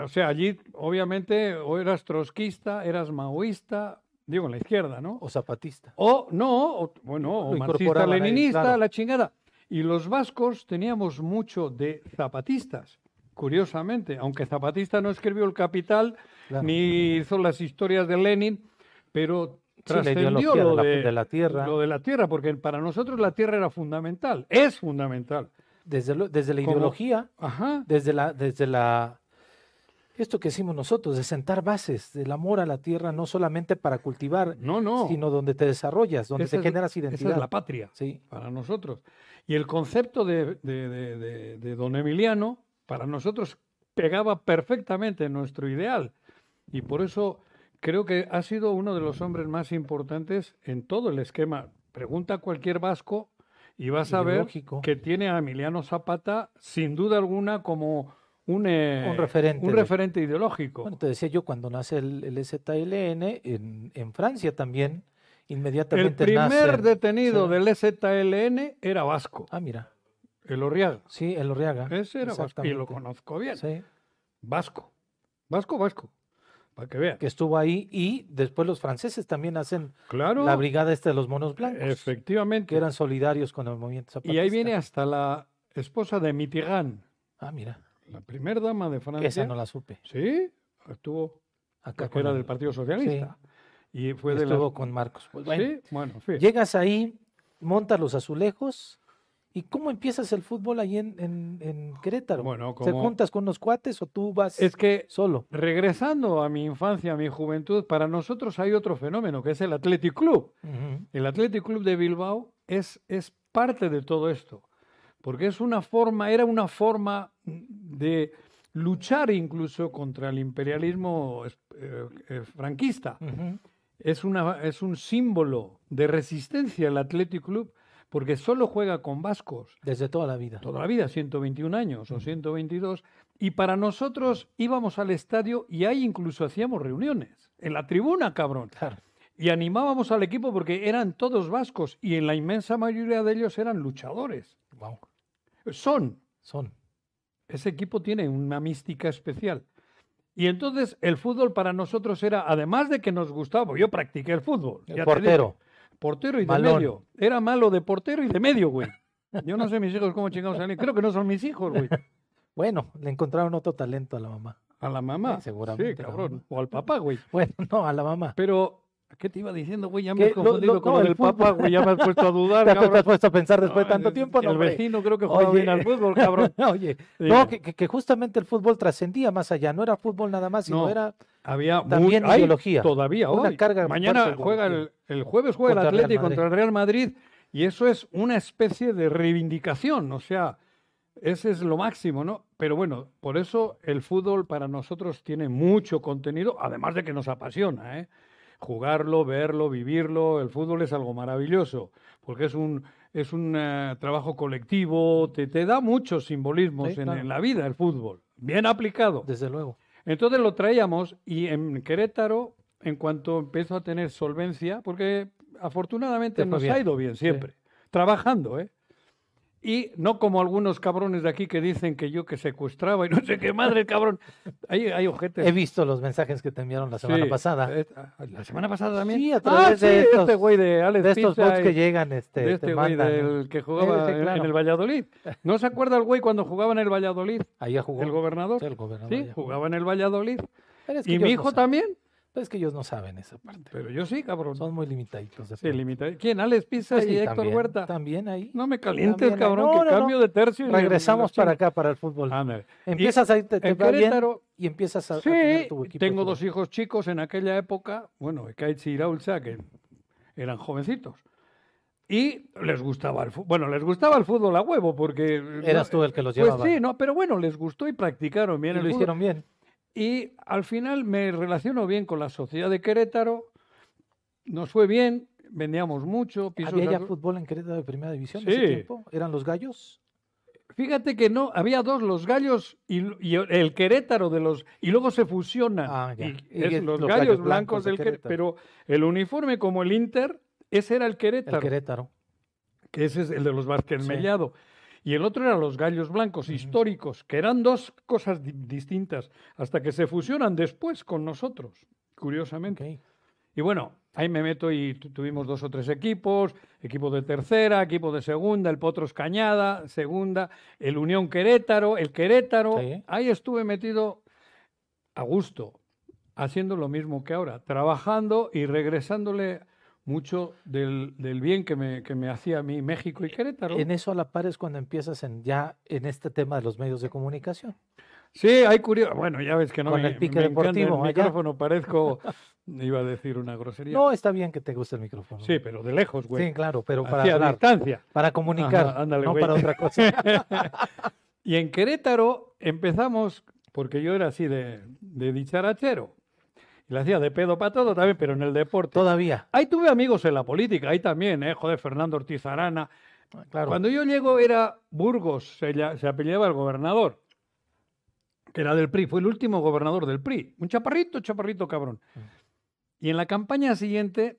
Speaker 1: O sea, allí, obviamente, o eras trotskista, eras maoísta, digo, en la izquierda, ¿no?
Speaker 2: O zapatista.
Speaker 1: O no, o- bueno, o
Speaker 2: Lo
Speaker 1: marxista,
Speaker 2: incorporaban ahí,
Speaker 1: leninista,
Speaker 2: claro.
Speaker 1: la chingada. Y los vascos teníamos mucho de zapatistas, curiosamente, aunque Zapatista no escribió El Capital,
Speaker 2: claro.
Speaker 1: ni hizo las historias de Lenin, pero
Speaker 2: Sí, la
Speaker 1: trascendió
Speaker 2: ideología
Speaker 1: lo
Speaker 2: de la-
Speaker 1: de,
Speaker 2: de la tierra.
Speaker 1: lo de la tierra, porque para nosotros la tierra era fundamental, es fundamental.
Speaker 2: Desde, lo- desde la
Speaker 1: Como-
Speaker 2: ideología,
Speaker 1: Ajá.
Speaker 2: desde la, desde la esto que hicimos nosotros, de sentar bases, del amor a la tierra, no solamente para cultivar,
Speaker 1: No, no.
Speaker 2: sino donde te desarrollas, donde
Speaker 1: Esa
Speaker 2: te
Speaker 1: es-
Speaker 2: generas
Speaker 1: Esa
Speaker 2: identidad.
Speaker 1: es la patria
Speaker 2: Sí,
Speaker 1: para nosotros. Y el concepto de, de- de- de- de don Emiliano para nosotros pegaba perfectamente en nuestro ideal. Y por eso creo que ha sido uno de los hombres más importantes en todo el esquema. Pregunta a cualquier vasco y vas a ver
Speaker 2: Ideológico.
Speaker 1: que tiene a Emiliano Zapata sin duda alguna como un, eh,
Speaker 2: Un referente
Speaker 1: un
Speaker 2: de-
Speaker 1: referente ideológico.
Speaker 2: bueno, te decía yo, cuando nace el, el EZLN, en, en Francia también,
Speaker 1: el
Speaker 2: inmediatamente nace...
Speaker 1: primer detenido
Speaker 2: sí.
Speaker 1: del EZLN era vasco,
Speaker 2: Ah, mira,
Speaker 1: el Orriaga.
Speaker 2: sí, el Orriaga.
Speaker 1: Ese era vasco y lo
Speaker 2: exactamente.
Speaker 1: conozco bien.
Speaker 2: Sí,
Speaker 1: Vasco. Vasco, vasco. Para que vean.
Speaker 2: que estuvo ahí y después los franceses también hacen
Speaker 1: Claro.
Speaker 2: la brigada esta de los monos blancos, que
Speaker 1: Efectivamente.
Speaker 2: eran solidarios con el movimiento zapatista.
Speaker 1: Y ahí viene hasta la esposa de Mitigán,
Speaker 2: Ah, mira,
Speaker 1: la primer dama de Francia.
Speaker 2: esa no la supe.
Speaker 1: Sí, estuvo.
Speaker 2: Acá
Speaker 1: Porque
Speaker 2: con
Speaker 1: era
Speaker 2: el-
Speaker 1: del Partido Socialista. Y fue de
Speaker 2: estuvo
Speaker 1: la.
Speaker 2: con Marcos. Pues, bueno,
Speaker 1: Sí, bueno, en fin.
Speaker 2: Llegas ahí, montas los azulejos. ¿Y cómo empiezas el fútbol ahí en, en- en Querétaro?
Speaker 1: Bueno,
Speaker 2: ¿Te
Speaker 1: como-
Speaker 2: juntas con unos cuates o tú vas
Speaker 1: Es que
Speaker 2: solo?
Speaker 1: regresando a mi infancia, a mi juventud, para nosotros hay otro fenómeno que es el Athletic Club.
Speaker 2: Ujú.
Speaker 1: El Athletic Club de Bilbao es, es parte de todo esto, porque es una forma, era una forma mm, de luchar incluso contra el imperialismo es- eh, eh, franquista.
Speaker 2: Ujú.
Speaker 1: Es, una, es un símbolo de resistencia el Athletic Club, porque solo juega con vascos
Speaker 2: Desde toda la vida.
Speaker 1: toda la vida, 121 años o 122, y para nosotros íbamos al estadio y ahí incluso hacíamos reuniones, en la tribuna, cabrón.
Speaker 2: Claro.
Speaker 1: Y animábamos al equipo porque eran todos vascos y en la inmensa mayoría de ellos eran luchadores.
Speaker 2: Wow.
Speaker 1: Son.
Speaker 2: Son.
Speaker 1: Ese equipo tiene una mística especial. Y entonces el fútbol para nosotros era, además de que nos gustaba, porque yo practiqué el fútbol.
Speaker 2: El
Speaker 1: ya te
Speaker 2: portero.
Speaker 1: dije, portero y de
Speaker 2: Malón.
Speaker 1: medio. Era malo de portero y de medio, güey. Yo no sé mis hijos cómo chingados salen. Creo que no son mis hijos, güey.
Speaker 2: Bueno, le encontraron otro talento a la mamá.
Speaker 1: A la mamá.
Speaker 2: Sí, seguramente,
Speaker 1: Sí,
Speaker 2: la
Speaker 1: cabrón.
Speaker 2: mamá.
Speaker 1: O al papá, güey.
Speaker 2: Bueno, no, a la mamá.
Speaker 1: Pero, ¿qué te iba diciendo, güey? Ya me
Speaker 2: Que
Speaker 1: he
Speaker 2: lo-
Speaker 1: confundido
Speaker 2: lo-
Speaker 1: con
Speaker 2: no,
Speaker 1: lo
Speaker 2: el
Speaker 1: del papá,
Speaker 2: fútbol.
Speaker 1: güey. Ya me has puesto a dudar,
Speaker 2: ¿Te has-
Speaker 1: cabrón.
Speaker 2: te has puesto a pensar
Speaker 1: No,
Speaker 2: después de tanto
Speaker 1: el-
Speaker 2: tiempo? No,
Speaker 1: El
Speaker 2: hombre.
Speaker 1: vecino creo que juega bien
Speaker 2: Oye.
Speaker 1: al fútbol, cabrón.
Speaker 2: Oye,
Speaker 1: Dime.
Speaker 2: no, que, que- que justamente el fútbol trascendía más allá. No era fútbol nada más, sino
Speaker 1: No,
Speaker 2: era
Speaker 1: Había
Speaker 2: También
Speaker 1: hay
Speaker 2: ideología.
Speaker 1: Todavía
Speaker 2: Una
Speaker 1: hoy.
Speaker 2: carga
Speaker 1: Mañana
Speaker 2: fuerte de
Speaker 1: juega el,
Speaker 2: ideología.
Speaker 1: el jueves juega
Speaker 2: Contra
Speaker 1: el
Speaker 2: el Real
Speaker 1: Atlético
Speaker 2: Madrid.
Speaker 1: contra el Real Madrid y eso es una especie de reivindicación, o sea, ese es lo máximo, ¿no? Pero bueno, por eso el fútbol para nosotros tiene mucho contenido, además de que nos apasiona, ¿eh? Jugarlo, verlo, vivirlo, el fútbol es algo maravilloso, porque es un es un eh, trabajo colectivo, te, te da muchos simbolismos
Speaker 2: Sí,
Speaker 1: en-
Speaker 2: claro.
Speaker 1: en la vida el fútbol, bien aplicado.
Speaker 2: Desde luego.
Speaker 1: Entonces lo traíamos y en Querétaro, en cuanto empezó a tener solvencia, porque afortunadamente
Speaker 2: Te fue
Speaker 1: nos
Speaker 2: bien.
Speaker 1: ha ido bien siempre. trabajando, ¿eh? Y no como algunos cabrones de aquí que dicen que yo que secuestraba y no sé qué madre, cabrón. Hay, hay ojetes.
Speaker 2: He visto los mensajes que te enviaron la semana
Speaker 1: Sí,
Speaker 2: pasada.
Speaker 1: eh, ¿La semana pasada también? Ah,
Speaker 2: Sí, a través de estos-
Speaker 1: este güey de Alex
Speaker 2: de estos
Speaker 1: Pizza
Speaker 2: bots
Speaker 1: y-
Speaker 2: que llegan, este,
Speaker 1: de este
Speaker 2: te
Speaker 1: güey
Speaker 2: mandan.
Speaker 1: del que jugaba
Speaker 2: Sí, sí, claro.
Speaker 1: en el Valladolid. ¿No se acuerda el güey cuando jugaba en el Valladolid?
Speaker 2: Allá jugó.
Speaker 1: El gobernador.
Speaker 2: Sí, el gobernador
Speaker 1: Sí,
Speaker 2: allá jugó.
Speaker 1: jugaba en el Valladolid.
Speaker 2: Pero es que
Speaker 1: Y
Speaker 2: ellos
Speaker 1: mi
Speaker 2: no
Speaker 1: hijo
Speaker 2: saben.
Speaker 1: también.
Speaker 2: Pero es que ellos no saben esa parte.
Speaker 1: Pero yo sí, cabrón.
Speaker 2: Son muy limitaditos. de
Speaker 1: Sí,
Speaker 2: pronto.
Speaker 1: limitado. ¿Quién? Alex Pizza
Speaker 2: Pues sí,
Speaker 1: y Héctor
Speaker 2: también,
Speaker 1: Huerta.
Speaker 2: También ahí.
Speaker 1: No me calientes,
Speaker 2: También hay-
Speaker 1: cabrón,
Speaker 2: no,
Speaker 1: que
Speaker 2: no, no.
Speaker 1: cambio de tercio. y-
Speaker 2: Regresamos para acá, para el fútbol.
Speaker 1: Ándale. Ah, Y
Speaker 2: empiezas a irte te
Speaker 1: en
Speaker 2: va bien
Speaker 1: Querétaro,
Speaker 2: y empiezas a, a tener tu
Speaker 1: Sí,
Speaker 2: equipo.
Speaker 1: tengo
Speaker 2: de
Speaker 1: dos
Speaker 2: fútbol.
Speaker 1: hijos chicos en aquella época, bueno, Kaitsi y Iraulza, que eran jovencitos. Y les gustaba el fútbol. Bueno, les gustaba el fútbol a huevo porque...
Speaker 2: Eras tú el que los
Speaker 1: Pues
Speaker 2: llevaba.
Speaker 1: sí, no, pero bueno, les gustó y practicaron
Speaker 2: y
Speaker 1: bien el
Speaker 2: lo
Speaker 1: fútbol.
Speaker 2: hicieron bien.
Speaker 1: Y al final me relaciono bien con la sociedad de Querétaro. Nos fue bien, vendíamos mucho. pisos
Speaker 2: ¿Había ya
Speaker 1: al-
Speaker 2: fútbol en Querétaro de primera división en ese
Speaker 1: Sí.
Speaker 2: tiempo? ¿Eran los gallos?
Speaker 1: Fíjate que no, había dos, los gallos y, y el Querétaro de los. Y luego se fusionan.
Speaker 2: Ah, ya.
Speaker 1: y
Speaker 2: Y
Speaker 1: es
Speaker 2: es
Speaker 1: los,
Speaker 2: los
Speaker 1: gallos,
Speaker 2: Gallos
Speaker 1: blancos
Speaker 2: Blancos de
Speaker 1: del Querétaro.
Speaker 2: Querétaro.
Speaker 1: Pero el uniforme como el Inter, ese era el Querétaro,
Speaker 2: El Querétaro.
Speaker 1: que ese es el de los Vázquez
Speaker 2: Sí.
Speaker 1: Mellado. Y el otro eran los gallos blancos históricos, que eran dos cosas di- distintas, hasta que se fusionan después con nosotros, curiosamente.
Speaker 2: Ok.
Speaker 1: Y bueno, ahí me meto y tu- tuvimos dos o tres equipos, equipo de tercera, equipo de segunda, el Potros Cañada, segunda, el Unión Querétaro, el Querétaro.
Speaker 2: Sí.
Speaker 1: Ahí estuve metido a gusto, haciendo lo mismo que ahora, trabajando y regresándole mucho del, del bien que me, que me hacía a mí México y Querétaro.
Speaker 2: En eso a la par es cuando empiezas en, ya en este tema de los medios de comunicación.
Speaker 1: Sí, hay curioso. Bueno, ya ves que no
Speaker 2: Con
Speaker 1: me,
Speaker 2: el pique
Speaker 1: me encanta
Speaker 2: deportivo,
Speaker 1: el
Speaker 2: allá.
Speaker 1: micrófono, parezco, iba a decir una grosería.
Speaker 2: No, está bien que te guste el micrófono.
Speaker 1: sí, pero de lejos, güey.
Speaker 2: Sí, claro, pero para
Speaker 1: hacia
Speaker 2: hablar,
Speaker 1: distancia.
Speaker 2: para comunicar,
Speaker 1: Ajá, ándale,
Speaker 2: no
Speaker 1: güey.
Speaker 2: para otra cosa.
Speaker 1: Y en Querétaro empezamos, porque yo era así de, de dicharachero. Y la hacía de pedo para todo también, pero en el deporte.
Speaker 2: Todavía.
Speaker 1: Ahí tuve amigos en la política, ahí también, ¿eh? Joder, Fernando Ortiz Arana.
Speaker 2: Claro. Eh,
Speaker 1: Cuando yo llego era Burgos, se, lla- se apellidaba el gobernador, que era del PRI, fue el último gobernador del PRI. Un chaparrito, chaparrito cabrón.
Speaker 2: Ah.
Speaker 1: Y en la campaña siguiente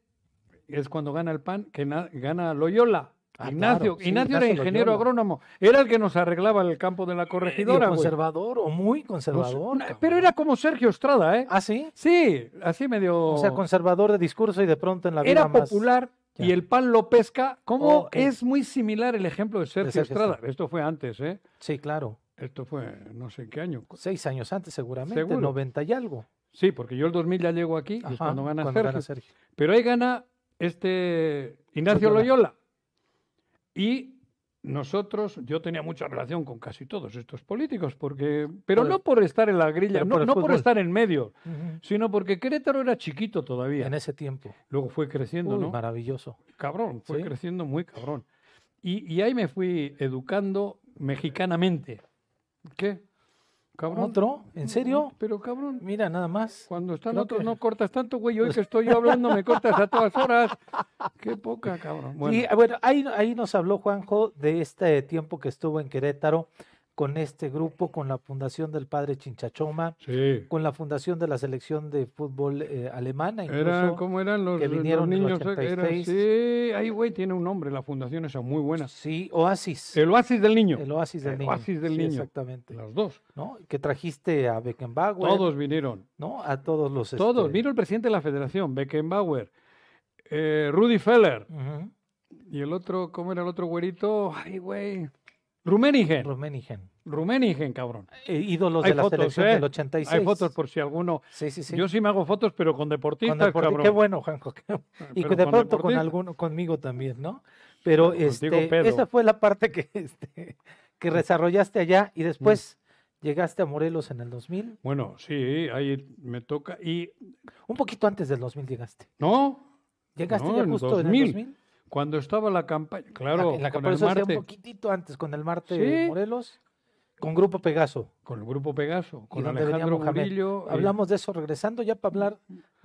Speaker 1: es cuando gana el PAN, que na- gana Loyola.
Speaker 2: Ah,
Speaker 1: Ignacio,
Speaker 2: claro, sí,
Speaker 1: Ignacio era
Speaker 2: Ignacio
Speaker 1: ingeniero
Speaker 2: Loyola.
Speaker 1: agrónomo, era el que nos arreglaba el campo de la
Speaker 2: Medio
Speaker 1: corregidora. güey.
Speaker 2: conservador o muy
Speaker 1: No sé,
Speaker 2: conservador.
Speaker 1: na-
Speaker 2: cabrón.
Speaker 1: pero era como Sergio Estrada, ¿eh?
Speaker 2: ¿Ah, sí?
Speaker 1: Sí, así medio.
Speaker 2: O sea, conservador de discurso y de pronto en la vida
Speaker 1: era
Speaker 2: más-
Speaker 1: popular
Speaker 2: Ya.
Speaker 1: y el pan lo pesca. Como
Speaker 2: Ok.
Speaker 1: es muy similar el ejemplo de Sergio,
Speaker 2: Sergio
Speaker 1: Estrada. Esto fue antes, ¿eh?
Speaker 2: Sí, claro.
Speaker 1: Esto fue no sé en qué año.
Speaker 2: Seis años antes, seguramente,
Speaker 1: Seguro.
Speaker 2: 90 y algo.
Speaker 1: Sí, porque yo el 2000 ya llego aquí y es
Speaker 2: Ajá,
Speaker 1: cuando gana
Speaker 2: cuando
Speaker 1: Sergio.
Speaker 2: gana Sergio.
Speaker 1: Pero ahí gana este Ignacio
Speaker 2: Loyola.
Speaker 1: Loyola. Y nosotros, yo tenía mucha relación con casi todos estos políticos, porque, pero
Speaker 2: Por el-
Speaker 1: no por estar en la grilla,
Speaker 2: pero
Speaker 1: no,
Speaker 2: por el
Speaker 1: no por
Speaker 2: fútbol.
Speaker 1: estar en medio,
Speaker 2: Ujú.
Speaker 1: sino porque Querétaro era chiquito todavía.
Speaker 2: En ese tiempo.
Speaker 1: Luego fue creciendo,
Speaker 2: Uy,
Speaker 1: ¿no?
Speaker 2: Maravilloso.
Speaker 1: Cabrón, fue
Speaker 2: Sí.
Speaker 1: creciendo muy cabrón. Y, y ahí me fui educando mexicanamente. ¿Qué? Cabrón.
Speaker 2: ¿Otro? ¿En serio?
Speaker 1: Pero cabrón,
Speaker 2: Mira, nada más.
Speaker 1: Cuando están
Speaker 2: Creo
Speaker 1: otros
Speaker 2: que-
Speaker 1: no cortas tanto, güey. Hoy que estoy yo hablando me cortas a todas horas. Qué poca, cabrón. Bueno,
Speaker 2: Y bueno, ahí, ahí nos habló Juanjo de este tiempo que estuvo en Querétaro con este grupo, con la fundación del padre Chinchachoma,
Speaker 1: sí.
Speaker 2: con la fundación de la selección de fútbol eh, alemana, incluso.
Speaker 1: Eran, ¿Cómo eran los,
Speaker 2: que
Speaker 1: los
Speaker 2: vinieron en el
Speaker 1: niños? Era-
Speaker 2: 86.
Speaker 1: sí, ahí, güey, tiene un nombre la fundación esa, muy buena.
Speaker 2: Sí, Oasis.
Speaker 1: El Oasis del Niño.
Speaker 2: El Oasis Ah, del
Speaker 1: El
Speaker 2: Niño.
Speaker 1: Oasis del
Speaker 2: sí,
Speaker 1: Niño.
Speaker 2: Exactamente.
Speaker 1: Los dos.
Speaker 2: ¿no? Que trajiste a Beckenbauer,
Speaker 1: Todos vinieron.
Speaker 2: ¿no? A todos los.
Speaker 1: Todos.
Speaker 2: este,
Speaker 1: Vino el presidente de la federación, Beckenbauer, eh, Rudy Feller.
Speaker 2: ujú,
Speaker 1: Y el otro, ¿cómo era el otro güerito? Ay, güey. Rumenigen.
Speaker 2: Rummenigge.
Speaker 1: Rumenigen, cabrón.
Speaker 2: Eh, ídolos
Speaker 1: Hay
Speaker 2: de la
Speaker 1: fotos,
Speaker 2: selección
Speaker 1: ¿eh?
Speaker 2: del 86.
Speaker 1: Hay fotos por si alguno.
Speaker 2: Sí, sí, sí.
Speaker 1: Yo sí me hago fotos, pero con deportistas,
Speaker 2: Con deporti-
Speaker 1: cabrón.
Speaker 2: Qué bueno, Juanjo. qué- Y
Speaker 1: Ah, pero
Speaker 2: que de
Speaker 1: con
Speaker 2: pronto con
Speaker 1: deportistas.
Speaker 2: alguno, conmigo también, ¿no? Pero
Speaker 1: Contigo,
Speaker 2: este,
Speaker 1: pedo.
Speaker 2: esa fue la parte que, este, que desarrollaste allá y después
Speaker 1: Mm.
Speaker 2: llegaste a Morelos en el 2000.
Speaker 1: Bueno, sí, ahí me toca. Y
Speaker 2: Un poquito antes del 2000 llegaste.
Speaker 1: no,
Speaker 2: Llegaste
Speaker 1: No,
Speaker 2: ya
Speaker 1: en el
Speaker 2: justo en
Speaker 1: 2000.
Speaker 2: el 2000.
Speaker 1: cuando estaba la campaña, claro,
Speaker 2: en la
Speaker 1: con
Speaker 2: por
Speaker 1: el
Speaker 2: eso decía
Speaker 1: Marte,
Speaker 2: un poquitito antes con el Marte de
Speaker 1: Sí.
Speaker 2: Morelos, con Grupo Pegaso.
Speaker 1: con el grupo Pegaso, con
Speaker 2: donde venía
Speaker 1: Alejandro
Speaker 2: Mohamed.
Speaker 1: Murillo. eh,
Speaker 2: Hablamos de eso regresando ya para hablar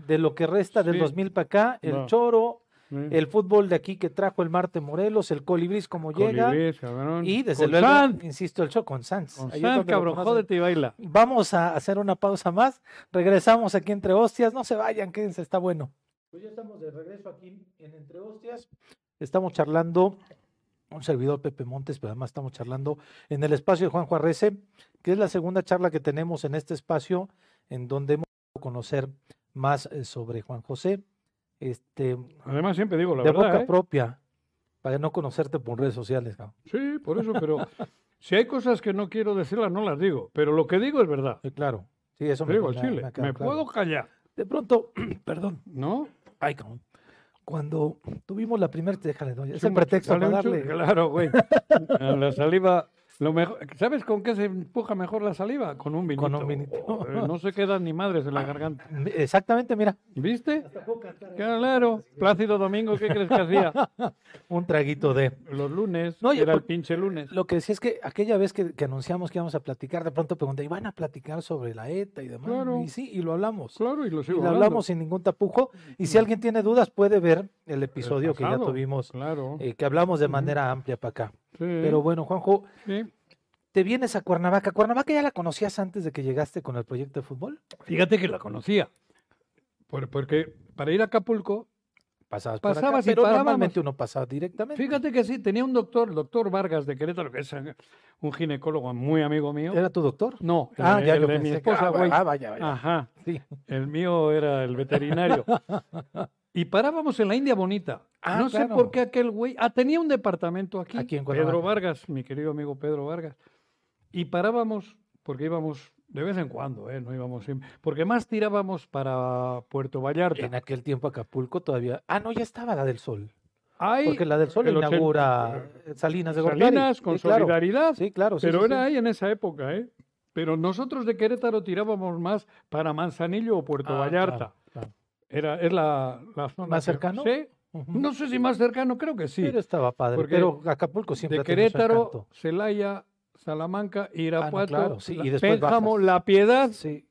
Speaker 2: de lo que resta del
Speaker 1: Mm. Sí.
Speaker 2: 2000 para acá, el
Speaker 1: Va.
Speaker 2: choro,
Speaker 1: eh,
Speaker 2: el fútbol de aquí que trajo el Marte Morelos, el Colibrís como llega
Speaker 1: Colibríes, cabrón,
Speaker 2: y desde
Speaker 1: con
Speaker 2: luego,
Speaker 1: Sanz,
Speaker 2: insisto, el show con Sanz.
Speaker 1: con
Speaker 2: Ahí es
Speaker 1: Sanz,
Speaker 2: donde lo
Speaker 1: cabrón,
Speaker 2: conocen.
Speaker 1: jódete y baila.
Speaker 2: Vamos a hacer una pausa más. Regresamos aquí entre hostias. No se vayan, quédense, está bueno. Pues ya estamos de regreso aquí en Entre Hostias. Estamos charlando un servidor Pepe Montes, pero además estamos charlando en el espacio de Juan Juarrece, que es la segunda charla que tenemos en este espacio, en donde hemos podido conocer más eh, sobre Juan José. Este,
Speaker 1: Además, siempre digo la
Speaker 2: de
Speaker 1: verdad.
Speaker 2: boca
Speaker 1: ¿eh?
Speaker 2: propia, para no conocerte por redes sociales. cabrón.
Speaker 1: Sí, por eso, pero si hay cosas que no quiero decirlas, no las digo. Pero lo que digo es verdad.
Speaker 2: Sí, claro. Sí, eso
Speaker 1: Lo digo al
Speaker 2: me,
Speaker 1: chile.
Speaker 2: me ha quedado
Speaker 1: Me
Speaker 2: claro.
Speaker 1: puedo callar,
Speaker 2: De pronto, perdón,
Speaker 1: ¿no?
Speaker 2: ay, cabrón, cuando tuvimos la primera, déjale, doy, es
Speaker 1: Sí,
Speaker 2: el
Speaker 1: mucho-
Speaker 2: pretexto
Speaker 1: sale
Speaker 2: para
Speaker 1: mucho-
Speaker 2: darle.
Speaker 1: Claro, güey. A la saliva. Lo mejor, ¿Sabes con qué se empuja mejor la saliva? Con un vinito.
Speaker 2: Con un vinito. Ah.
Speaker 1: Joder, no se quedan ni madres en la garganta.
Speaker 2: Exactamente, mira,
Speaker 1: ¿Viste? Claro. Plácido Domingo, ¿qué crees que hacía?
Speaker 2: un traguito de.
Speaker 1: Los lunes.
Speaker 2: No, y
Speaker 1: era el
Speaker 2: por-
Speaker 1: pinche lunes.
Speaker 2: Lo que decía es que aquella vez que, que anunciamos que íbamos a platicar, de pronto pregunté, ¿y van a platicar sobre la ETA y demás?
Speaker 1: Claro.
Speaker 2: Y sí, y lo hablamos.
Speaker 1: Claro, y lo
Speaker 2: Y
Speaker 1: sigo
Speaker 2: lo
Speaker 1: hablando.
Speaker 2: hablamos sin ningún tapujo. Y si alguien tiene dudas, puede ver el episodio que ya
Speaker 1: pasado.
Speaker 2: tuvimos,
Speaker 1: Claro.
Speaker 2: eh, que hablamos de
Speaker 1: Ujú.
Speaker 2: manera amplia para acá.
Speaker 1: sí,
Speaker 2: Pero bueno, Juanjo,
Speaker 1: sí.
Speaker 2: te vienes a Cuernavaca. ¿Cuernavaca ya la conocías antes de que llegaste con el proyecto de fútbol?
Speaker 1: Fíjate que la conocía. Por- porque para ir a Acapulco,
Speaker 2: Pasabas por acá,
Speaker 1: Pasabas y
Speaker 2: pero
Speaker 1: parábamos.
Speaker 2: normalmente uno pasaba directamente.
Speaker 1: fíjate que sí, tenía un doctor, el doctor Vargas de Querétaro, que es eh, un ginecólogo muy amigo mío.
Speaker 2: ¿Era tu doctor?
Speaker 1: No, el,
Speaker 2: ah,
Speaker 1: de-
Speaker 2: ya
Speaker 1: el
Speaker 2: yo
Speaker 1: de mi
Speaker 2: pensé que-
Speaker 1: esposa,
Speaker 2: ah,
Speaker 1: güey.
Speaker 2: Ah, vaya, vaya.
Speaker 1: Ajá,
Speaker 2: Sí.
Speaker 1: el mío era el veterinario. Y parábamos en la India Bonita.
Speaker 2: Ah,
Speaker 1: no sé
Speaker 2: claro.
Speaker 1: por qué aquel güey. Ah, tenía un departamento aquí.
Speaker 2: Aquí en
Speaker 1: Pedro
Speaker 2: Cuernavaca.
Speaker 1: Vargas, mi querido amigo Pedro Vargas. Y parábamos, porque íbamos de vez en cuando, ¿eh? No íbamos siempre. Porque más tirábamos para Puerto Vallarta.
Speaker 2: En aquel tiempo Acapulco todavía. Ah, no, ya estaba la del Sol.
Speaker 1: Ahí,
Speaker 2: Porque la del Sol
Speaker 1: el ochenta- eh,
Speaker 2: inaugura Salinas de Gortari.
Speaker 1: Salinas, con
Speaker 2: Sí, claro.
Speaker 1: solidaridad.
Speaker 2: Sí, claro. sí,
Speaker 1: pero
Speaker 2: sí,
Speaker 1: era
Speaker 2: sí.
Speaker 1: ahí en esa época, ¿eh? Pero nosotros de Querétaro tirábamos más para Manzanillo o Puerto
Speaker 2: Ah,
Speaker 1: Vallarta.
Speaker 2: claro, claro.
Speaker 1: Era, es la, la zona.
Speaker 2: ¿Más
Speaker 1: que-
Speaker 2: cercano?
Speaker 1: Sí.
Speaker 2: Ujú.
Speaker 1: No sé si más cercano, creo que sí.
Speaker 2: Pero estaba padre.
Speaker 1: Porque
Speaker 2: pero Acapulco siempre
Speaker 1: de
Speaker 2: ha tenido su
Speaker 1: Querétaro,
Speaker 2: encanto.
Speaker 1: Celaya, Salamanca, Irapuato,
Speaker 2: Ah, claro, sí,
Speaker 1: La-
Speaker 2: y después
Speaker 1: Pénjamo,
Speaker 2: bajas.
Speaker 1: La Piedad,
Speaker 2: Sí.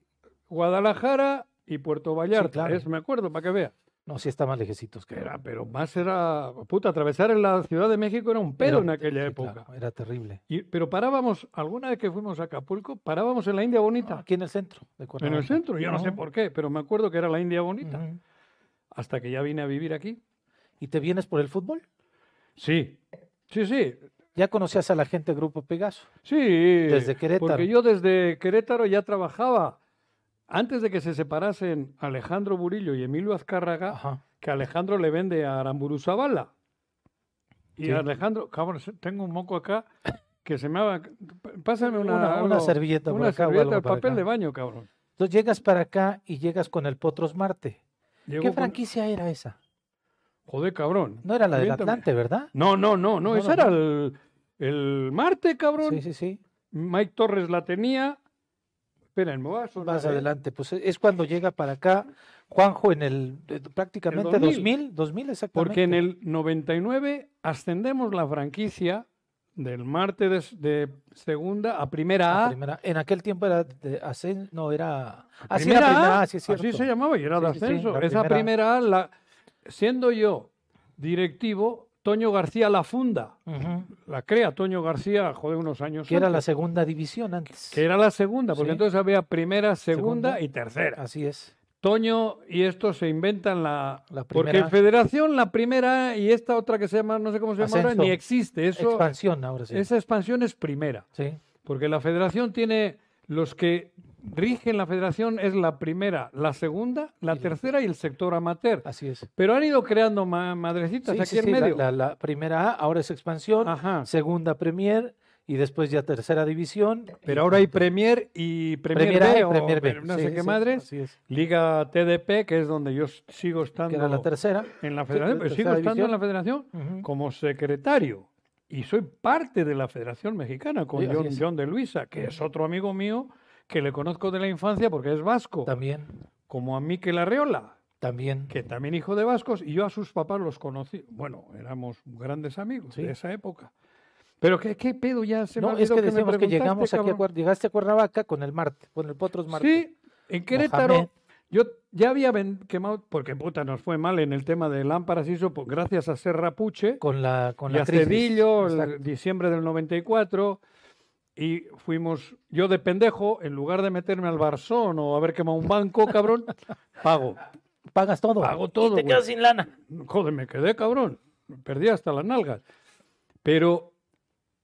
Speaker 1: Guadalajara y Puerto Vallarta.
Speaker 2: claro.
Speaker 1: Es- me acuerdo, para que vea.
Speaker 2: No, sí estaban lejecitos. creo.
Speaker 1: Era, pero más era. Puta, atravesar en la Ciudad de México era un pedo
Speaker 2: Era-
Speaker 1: en aquella
Speaker 2: sí,
Speaker 1: época.
Speaker 2: claro, era terrible.
Speaker 1: Y- pero parábamos, alguna vez que fuimos a Acapulco, parábamos en la India Bonita.
Speaker 2: Aquí en el centro de
Speaker 1: en
Speaker 2: Cuernavaca.
Speaker 1: el centro, yo no sé
Speaker 2: Ajá.
Speaker 1: por qué, pero me acuerdo que era la India Bonita.
Speaker 2: Ujú.
Speaker 1: Hasta que ya vine a vivir aquí.
Speaker 2: ¿Y te vienes por el fútbol?
Speaker 1: Sí, sí, sí.
Speaker 2: Ya conocías a la gente del Grupo Pegaso.
Speaker 1: Sí.
Speaker 2: Desde Querétaro.
Speaker 1: Porque yo desde Querétaro ya trabajaba. Antes de que se separasen Alejandro Burillo y Emilio Azcárraga,
Speaker 2: Ajá.
Speaker 1: que Alejandro le vende a Aramburu Zavala. Y
Speaker 2: Sí.
Speaker 1: Alejandro, cabrón, se- tengo un moco acá que se me va. Pásame una,
Speaker 2: Una- una
Speaker 1: algo-
Speaker 2: servilleta por
Speaker 1: Una
Speaker 2: acá o
Speaker 1: servilleta,
Speaker 2: algo
Speaker 1: el
Speaker 2: para
Speaker 1: papel
Speaker 2: acá.
Speaker 1: de baño, cabrón.
Speaker 2: Entonces llegas para acá y llegas con el Potros Marte.
Speaker 1: Llegó
Speaker 2: ¿Qué
Speaker 1: con-
Speaker 2: franquicia era esa?
Speaker 1: Joder, cabrón.
Speaker 2: No era la del
Speaker 1: Aviéntame.
Speaker 2: Atlante, ¿verdad?
Speaker 1: No, no, no, no,
Speaker 2: No,
Speaker 1: ese
Speaker 2: no,
Speaker 1: era
Speaker 2: no.
Speaker 1: el, el Marte, cabrón.
Speaker 2: Sí, sí, sí.
Speaker 1: Mike Torres la tenía. Esperen, me voy a sonar,
Speaker 2: Más
Speaker 1: ¿eh?
Speaker 2: adelante, pues e- es cuando llega para acá Juanjo en el eh, prácticamente
Speaker 1: 2000.
Speaker 2: 2000, 2000 exactamente.
Speaker 1: Porque en el 99 ascendemos la franquicia del Marte de, de segunda a primera
Speaker 2: La
Speaker 1: A.
Speaker 2: primera- en aquel tiempo era de ascen- no era así
Speaker 1: Primera
Speaker 2: era primera
Speaker 1: A,
Speaker 2: A, sí es cierto.
Speaker 1: así se llamaba y era de
Speaker 2: Sí, sí, sí,
Speaker 1: ascenso.
Speaker 2: la
Speaker 1: Esa
Speaker 2: primera A.
Speaker 1: primera A, la- siendo yo directivo, Toño García la funda.
Speaker 2: Ujú,
Speaker 1: La crea Toño García, joder, unos años
Speaker 2: Que era la
Speaker 1: antes,
Speaker 2: segunda división antes.
Speaker 1: que era la segunda, porque
Speaker 2: Sí.
Speaker 1: entonces había primera, segunda,
Speaker 2: Segunda.
Speaker 1: y tercera.
Speaker 2: Así es.
Speaker 1: Toño y estos se inventan la...
Speaker 2: La
Speaker 1: Porque
Speaker 2: primera
Speaker 1: en Federación la primera y esta otra que se llama, no sé cómo se llama ahora,
Speaker 2: Ascenso.
Speaker 1: ni existe. Eso,
Speaker 2: expansión ahora sí.
Speaker 1: Esa expansión es primera.
Speaker 2: Sí.
Speaker 1: Porque la federación tiene los que rigen la federación es la primera, la segunda, la
Speaker 2: Y la-
Speaker 1: tercera y el sector amateur.
Speaker 2: Así es.
Speaker 1: Pero han ido creando ma- madrecitas
Speaker 2: Sí,
Speaker 1: aquí
Speaker 2: sí,
Speaker 1: en
Speaker 2: sí, la-
Speaker 1: medio.
Speaker 2: La, la primera A, ahora es expansión,
Speaker 1: Ajá.
Speaker 2: segunda Premier y después ya tercera división.
Speaker 1: Pero
Speaker 2: y-
Speaker 1: ahora hay Premier y Premier,
Speaker 2: Premier A
Speaker 1: B,
Speaker 2: y
Speaker 1: o
Speaker 2: Premier B.
Speaker 1: no
Speaker 2: Sí,
Speaker 1: sé
Speaker 2: sí,
Speaker 1: qué
Speaker 2: sí,
Speaker 1: madres.
Speaker 2: Así es.
Speaker 1: Liga TDP, que es donde yo s- sigo estando
Speaker 2: Que era la tercera.
Speaker 1: en la federación.
Speaker 2: la
Speaker 1: pero sigo
Speaker 2: tercera
Speaker 1: estando
Speaker 2: división.
Speaker 1: en la federación
Speaker 2: Ujú.
Speaker 1: como secretario. Y soy parte de la Federación Mexicana con
Speaker 2: Sí, así
Speaker 1: John,
Speaker 2: es.
Speaker 1: John de Luisa, que es otro amigo mío que le conozco de la infancia porque es vasco.
Speaker 2: También,
Speaker 1: como a Miquel Arreola,
Speaker 2: también.
Speaker 1: que también hijo de vascos, y yo a sus papás los conocí. Bueno, éramos grandes amigos
Speaker 2: Sí.
Speaker 1: de esa época. Pero qué, qué pedo ya se me
Speaker 2: No, es
Speaker 1: olvidó
Speaker 2: que
Speaker 1: me
Speaker 2: decíamos que
Speaker 1: preguntaste,
Speaker 2: llegamos aquí a
Speaker 1: cabrón.
Speaker 2: Cuer- llegaste a Cuernavaca con el Marte, con el Potros Marte.
Speaker 1: Sí, en Querétaro
Speaker 2: Mohamed.
Speaker 1: yo ya había ven- quemado, porque puta nos fue mal en el tema de lámparas y eso, por- gracias a Serra Puche
Speaker 2: Con la con
Speaker 1: y
Speaker 2: la
Speaker 1: a
Speaker 2: crisis.
Speaker 1: Cedillo, el
Speaker 2: Exacto.
Speaker 1: diciembre del 94. Y fuimos, yo de pendejo, en lugar de meterme al Barzón o haber quemado un banco, cabrón, pago.
Speaker 2: Pagas todo.
Speaker 1: Pago todo,
Speaker 2: Y te
Speaker 1: güey.
Speaker 2: quedas sin lana.
Speaker 1: Joder, me quedé cabrón. Perdí hasta las nalgas. Pero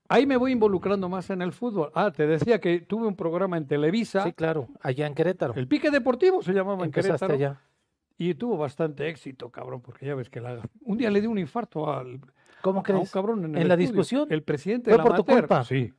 Speaker 1: ahí me voy involucrando más en el fútbol. Ah, te decía que tuve un programa en Televisa.
Speaker 2: Sí, claro, allá en Querétaro.
Speaker 1: El Pique Deportivo se llamaba en
Speaker 2: Empezaste
Speaker 1: Querétaro.
Speaker 2: allá.
Speaker 1: Y tuvo bastante éxito, cabrón, porque ya ves que la... un día le dio un infarto al,
Speaker 2: ¿Cómo
Speaker 1: a Ah, un
Speaker 2: crees?
Speaker 1: cabrón en, el
Speaker 2: ¿En la
Speaker 1: estudio.
Speaker 2: discusión?
Speaker 1: El presidente
Speaker 2: ¿Fue
Speaker 1: de la
Speaker 2: por tu
Speaker 1: amateur.
Speaker 2: culpa?
Speaker 1: Sí.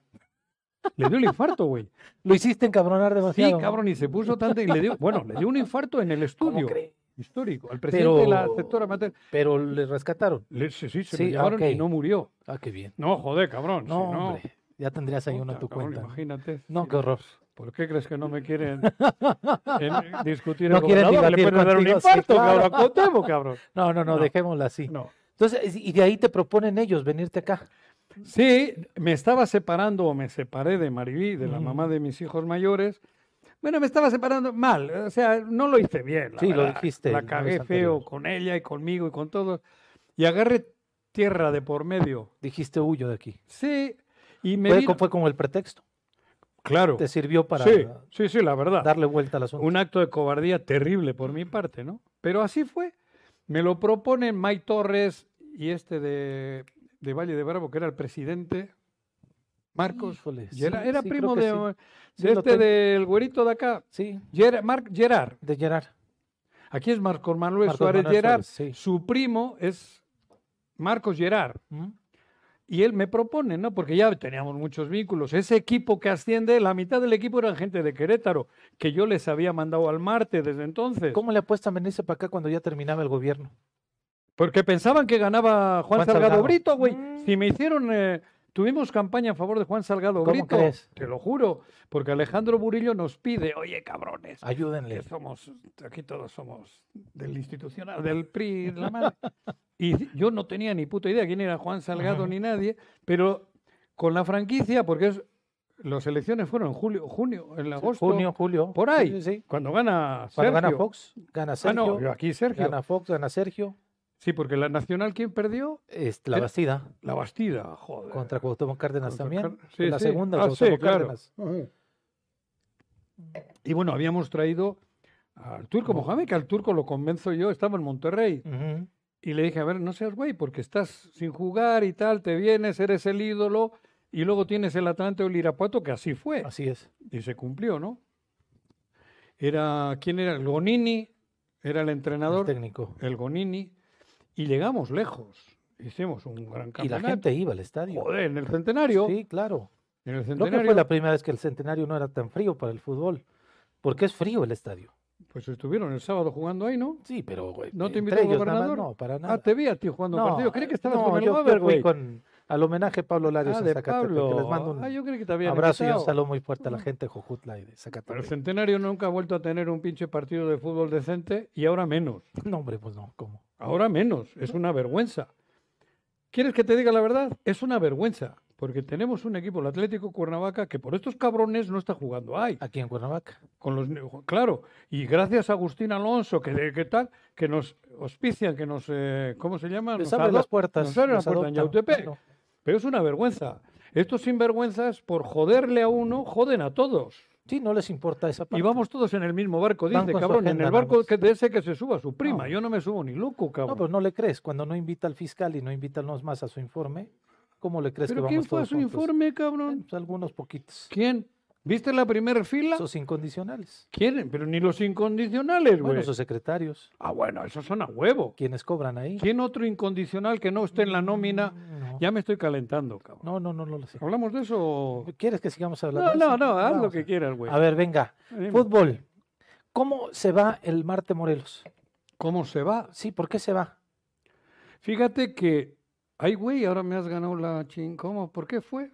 Speaker 1: Le dio el infarto, güey.
Speaker 2: Lo hiciste encabronar
Speaker 1: Sí,
Speaker 2: demasiado. ¿no?
Speaker 1: cabrón, y se puso tanto y le dio, bueno, le dio un infarto en el
Speaker 2: ¿Cómo
Speaker 1: estudio
Speaker 2: crees?
Speaker 1: histórico. Al presidente de la
Speaker 2: Pero-
Speaker 1: sectora amateur.
Speaker 2: Pero le rescataron.
Speaker 1: Le- sí, sí, se
Speaker 2: Sí,
Speaker 1: lo llevaron
Speaker 2: ok.
Speaker 1: y no murió.
Speaker 2: Ah, qué bien.
Speaker 1: No, joder, cabrón. si
Speaker 2: No,
Speaker 1: No,
Speaker 2: hombre. Ya tendrías ahí uno
Speaker 1: puta,
Speaker 2: en tu
Speaker 1: cabrón,
Speaker 2: cuenta. ¿no?
Speaker 1: Imagínate.
Speaker 2: No,
Speaker 1: si-
Speaker 2: qué horror.
Speaker 1: ¿Por qué crees que no me quieren en- discutir?
Speaker 2: No
Speaker 1: el
Speaker 2: quieren
Speaker 1: gobernador? Le
Speaker 2: debatir
Speaker 1: pueden dar un
Speaker 2: contigo, sí,
Speaker 1: infarto,
Speaker 2: claro.
Speaker 1: cabrón. Contemos, cabrón.
Speaker 2: No, no, no,
Speaker 1: No.
Speaker 2: dejémoslo así.
Speaker 1: No.
Speaker 2: Entonces, y de ahí te proponen ellos venirte acá.
Speaker 1: Sí, me estaba separando o me separé de Mariví, de la
Speaker 2: Ujú.
Speaker 1: mamá de mis hijos mayores. Bueno, me estaba separando mal, o sea, no lo hice bien. la
Speaker 2: Sí, lo
Speaker 1: verdad.
Speaker 2: dijiste la
Speaker 1: La
Speaker 2: vez
Speaker 1: cagué
Speaker 2: anterior.
Speaker 1: feo con ella y conmigo y con todos. Y agarré tierra de por medio.
Speaker 2: Dijiste huyo de aquí.
Speaker 1: Sí, y me
Speaker 2: Fue,
Speaker 1: vino-
Speaker 2: co- fue como el pretexto.
Speaker 1: Claro.
Speaker 2: Te sirvió para
Speaker 1: sí, sí, sí, la verdad.
Speaker 2: darle vuelta al asunto.
Speaker 1: Un acto de cobardía terrible por mi parte, ¿no? Pero así fue. Me lo proponen Mike Torres y este de, de Valle de Bravo, que era el presidente, Marcos.
Speaker 2: Híjole,
Speaker 1: Y era,
Speaker 2: Pues sí,
Speaker 1: era
Speaker 2: sí, creo
Speaker 1: primo
Speaker 2: que
Speaker 1: de,
Speaker 2: sí.
Speaker 1: de
Speaker 2: Sí, lo
Speaker 1: este
Speaker 2: tengo.
Speaker 1: del güerito de acá.
Speaker 2: Sí,
Speaker 1: Ger- Marc Gerard.
Speaker 2: de Gerard.
Speaker 1: Aquí es Marco Manuel
Speaker 2: Marcos
Speaker 1: Pues, Suárez
Speaker 2: Manuel
Speaker 1: Gerard.
Speaker 2: Suárez, sí.
Speaker 1: Su primo es Marcos Gerard.
Speaker 2: ¿Mm?
Speaker 1: Y él me propone, ¿no? Porque ya teníamos muchos vínculos. Ese equipo que asciende, la mitad del equipo eran gente de Querétaro, que yo les había mandado al Marte desde entonces.
Speaker 2: ¿Cómo le apuestan venirse para acá cuando ya terminaba el gobierno?
Speaker 1: Porque pensaban que ganaba Juan,
Speaker 2: Juan
Speaker 1: Salgado,
Speaker 2: Salgado.
Speaker 1: Brito, güey.
Speaker 2: Mm.
Speaker 1: Si me hicieron, eh, tuvimos campaña a favor de Juan Salgado
Speaker 2: ¿Cómo
Speaker 1: Brito.
Speaker 2: crees?
Speaker 1: Te lo juro, porque Alejandro Burillo nos pide, oye, cabrones, que
Speaker 2: Ayúdenle.
Speaker 1: somos, aquí todos somos del institucional, del PRI, de la madre. Y yo no tenía ni puta idea quién era Juan Salgado
Speaker 2: Ajá.
Speaker 1: ni nadie, pero con la franquicia, porque es, las elecciones fueron en julio, junio, en agosto,
Speaker 2: Junio, julio.
Speaker 1: por
Speaker 2: sí,
Speaker 1: ahí,
Speaker 2: sí, sí.
Speaker 1: cuando gana Sergio.
Speaker 2: Cuando gana Fox, gana
Speaker 1: Ah,
Speaker 2: Sergio.
Speaker 1: no, aquí Sergio.
Speaker 2: Gana Fox, gana Sergio.
Speaker 1: Sí, porque la Nacional, ¿quién perdió?
Speaker 2: Este, la
Speaker 1: Era-
Speaker 2: Bastida
Speaker 1: La Bastida, joder.
Speaker 2: contra Cuauhtémoc Cárdenas
Speaker 1: Contra
Speaker 2: también.
Speaker 1: Car- sí,
Speaker 2: la
Speaker 1: sí.
Speaker 2: segunda,
Speaker 1: Ah, sí,
Speaker 2: Cuauhtémoc
Speaker 1: claro.
Speaker 2: Cárdenas.
Speaker 1: Ujú. Y bueno, habíamos traído al turco Mohamed, que al turco lo convenzo yo, estaba en Monterrey.
Speaker 2: Ujú.
Speaker 1: Y le dije, a ver, no seas güey, porque estás sin jugar y tal, te vienes, eres el ídolo, y luego tienes el Atlante o el Irapuato, que así fue.
Speaker 2: Así es.
Speaker 1: Y se cumplió, ¿no? Era, ¿quién era? El Gonini, era el
Speaker 2: El
Speaker 1: entrenador, el,
Speaker 2: técnico.
Speaker 1: Gonini, y llegamos lejos. Hicimos un gran
Speaker 2: Y la
Speaker 1: campeonato.
Speaker 2: gente iba al estadio.
Speaker 1: Joder, en el centenario.
Speaker 2: Sí, claro.
Speaker 1: En el
Speaker 2: Creo
Speaker 1: centenario.
Speaker 2: que fue la primera vez que el centenario no era tan frío para el fútbol. Porque es frío el estadio.
Speaker 1: Pues estuvieron el sábado jugando ahí, ¿no?
Speaker 2: Sí, pero güey,
Speaker 1: ¿No te
Speaker 2: entre
Speaker 1: invitó el
Speaker 2: ellos nada más,
Speaker 1: gobernador?
Speaker 2: no, para nada.
Speaker 1: Ah, te vi a ti jugando
Speaker 2: No,
Speaker 1: partido. Creí que estabas
Speaker 2: no,
Speaker 1: con el
Speaker 2: yo
Speaker 1: Over,
Speaker 2: fui
Speaker 1: güey.
Speaker 2: con- al homenaje Pablo Larios
Speaker 1: Ah,
Speaker 2: en
Speaker 1: de
Speaker 2: Zacatepec, que
Speaker 1: Pablo.
Speaker 2: les mando un
Speaker 1: Ah, yo creí que te habían
Speaker 2: abrazo y un
Speaker 1: invitado.
Speaker 2: saludo muy fuerte a la gente de Jojutla y de
Speaker 1: Pero el
Speaker 2: Zacatepec.
Speaker 1: Centenario nunca ha vuelto a tener un pinche partido de fútbol decente y ahora menos.
Speaker 2: No, hombre, pues no, ¿cómo?
Speaker 1: Ahora menos. Es una vergüenza. ¿Quieres que te diga la verdad? Es una vergüenza. Porque tenemos un equipo, el Atlético Cuernavaca, que por estos cabrones no está jugando ahí.
Speaker 2: Aquí en Cuernavaca.
Speaker 1: Con los, ne- claro, y gracias a Agustín Alonso, que, de- que tal, que nos auspician, que nos, eh, ¿cómo se llama?
Speaker 2: Les
Speaker 1: Nos
Speaker 2: abren
Speaker 1: ado-
Speaker 2: las puertas.
Speaker 1: Nos abren
Speaker 2: los
Speaker 1: las puertas en
Speaker 2: adoptan,
Speaker 1: Yautepec.
Speaker 2: claro.
Speaker 1: Pero es una vergüenza. Estos sinvergüenzas, por joderle a uno, joden a todos.
Speaker 2: Sí, no les importa esa parte.
Speaker 1: Y vamos todos en el mismo barco,
Speaker 2: Van
Speaker 1: dice,
Speaker 2: con su
Speaker 1: cabrón, en
Speaker 2: agenda
Speaker 1: el
Speaker 2: nada
Speaker 1: barco
Speaker 2: más.
Speaker 1: que de ese que se suba su prima.
Speaker 2: No.
Speaker 1: Yo no me subo ni loco,
Speaker 2: No,
Speaker 1: cabrón.
Speaker 2: pues no le crees. Cuando no invita al fiscal y no invitarnos más a su informe, ¿cómo le crees
Speaker 1: ¿Pero
Speaker 2: que
Speaker 1: quién
Speaker 2: vamos
Speaker 1: fue a
Speaker 2: todos
Speaker 1: su
Speaker 2: juntos?
Speaker 1: informe,
Speaker 2: Eh,
Speaker 1: cabrón?
Speaker 2: pues, algunos poquitos.
Speaker 1: ¿Quién? ¿Viste la primera fila?
Speaker 2: Esos incondicionales.
Speaker 1: ¿Quién? Pero ni los incondicionales, güey.
Speaker 2: Bueno, sus secretarios,
Speaker 1: Ah, bueno, esos son a huevo.
Speaker 2: quienes cobran ahí. Mm,
Speaker 1: ¿Quién otro incondicional que no esté en la nómina?
Speaker 2: No,
Speaker 1: Ya me estoy calentando, cabrón.
Speaker 2: no, no, no, no lo sé.
Speaker 1: ¿Hablamos de eso? o-
Speaker 2: ¿Quieres que sigamos hablando?
Speaker 1: No,
Speaker 2: de
Speaker 1: no,
Speaker 2: eso?
Speaker 1: no, haz lo
Speaker 2: Vamos
Speaker 1: que
Speaker 2: a-
Speaker 1: quieras, güey.
Speaker 2: A ver, venga.
Speaker 1: Dime,
Speaker 2: Fútbol. ¿Cómo se va el Marte Morelos?
Speaker 1: ¿Cómo se va?
Speaker 2: Sí, ¿por qué se va?
Speaker 1: Fíjate que, ay, güey, ahora me has ganado la ching. ¿Cómo? ¿Por qué fue?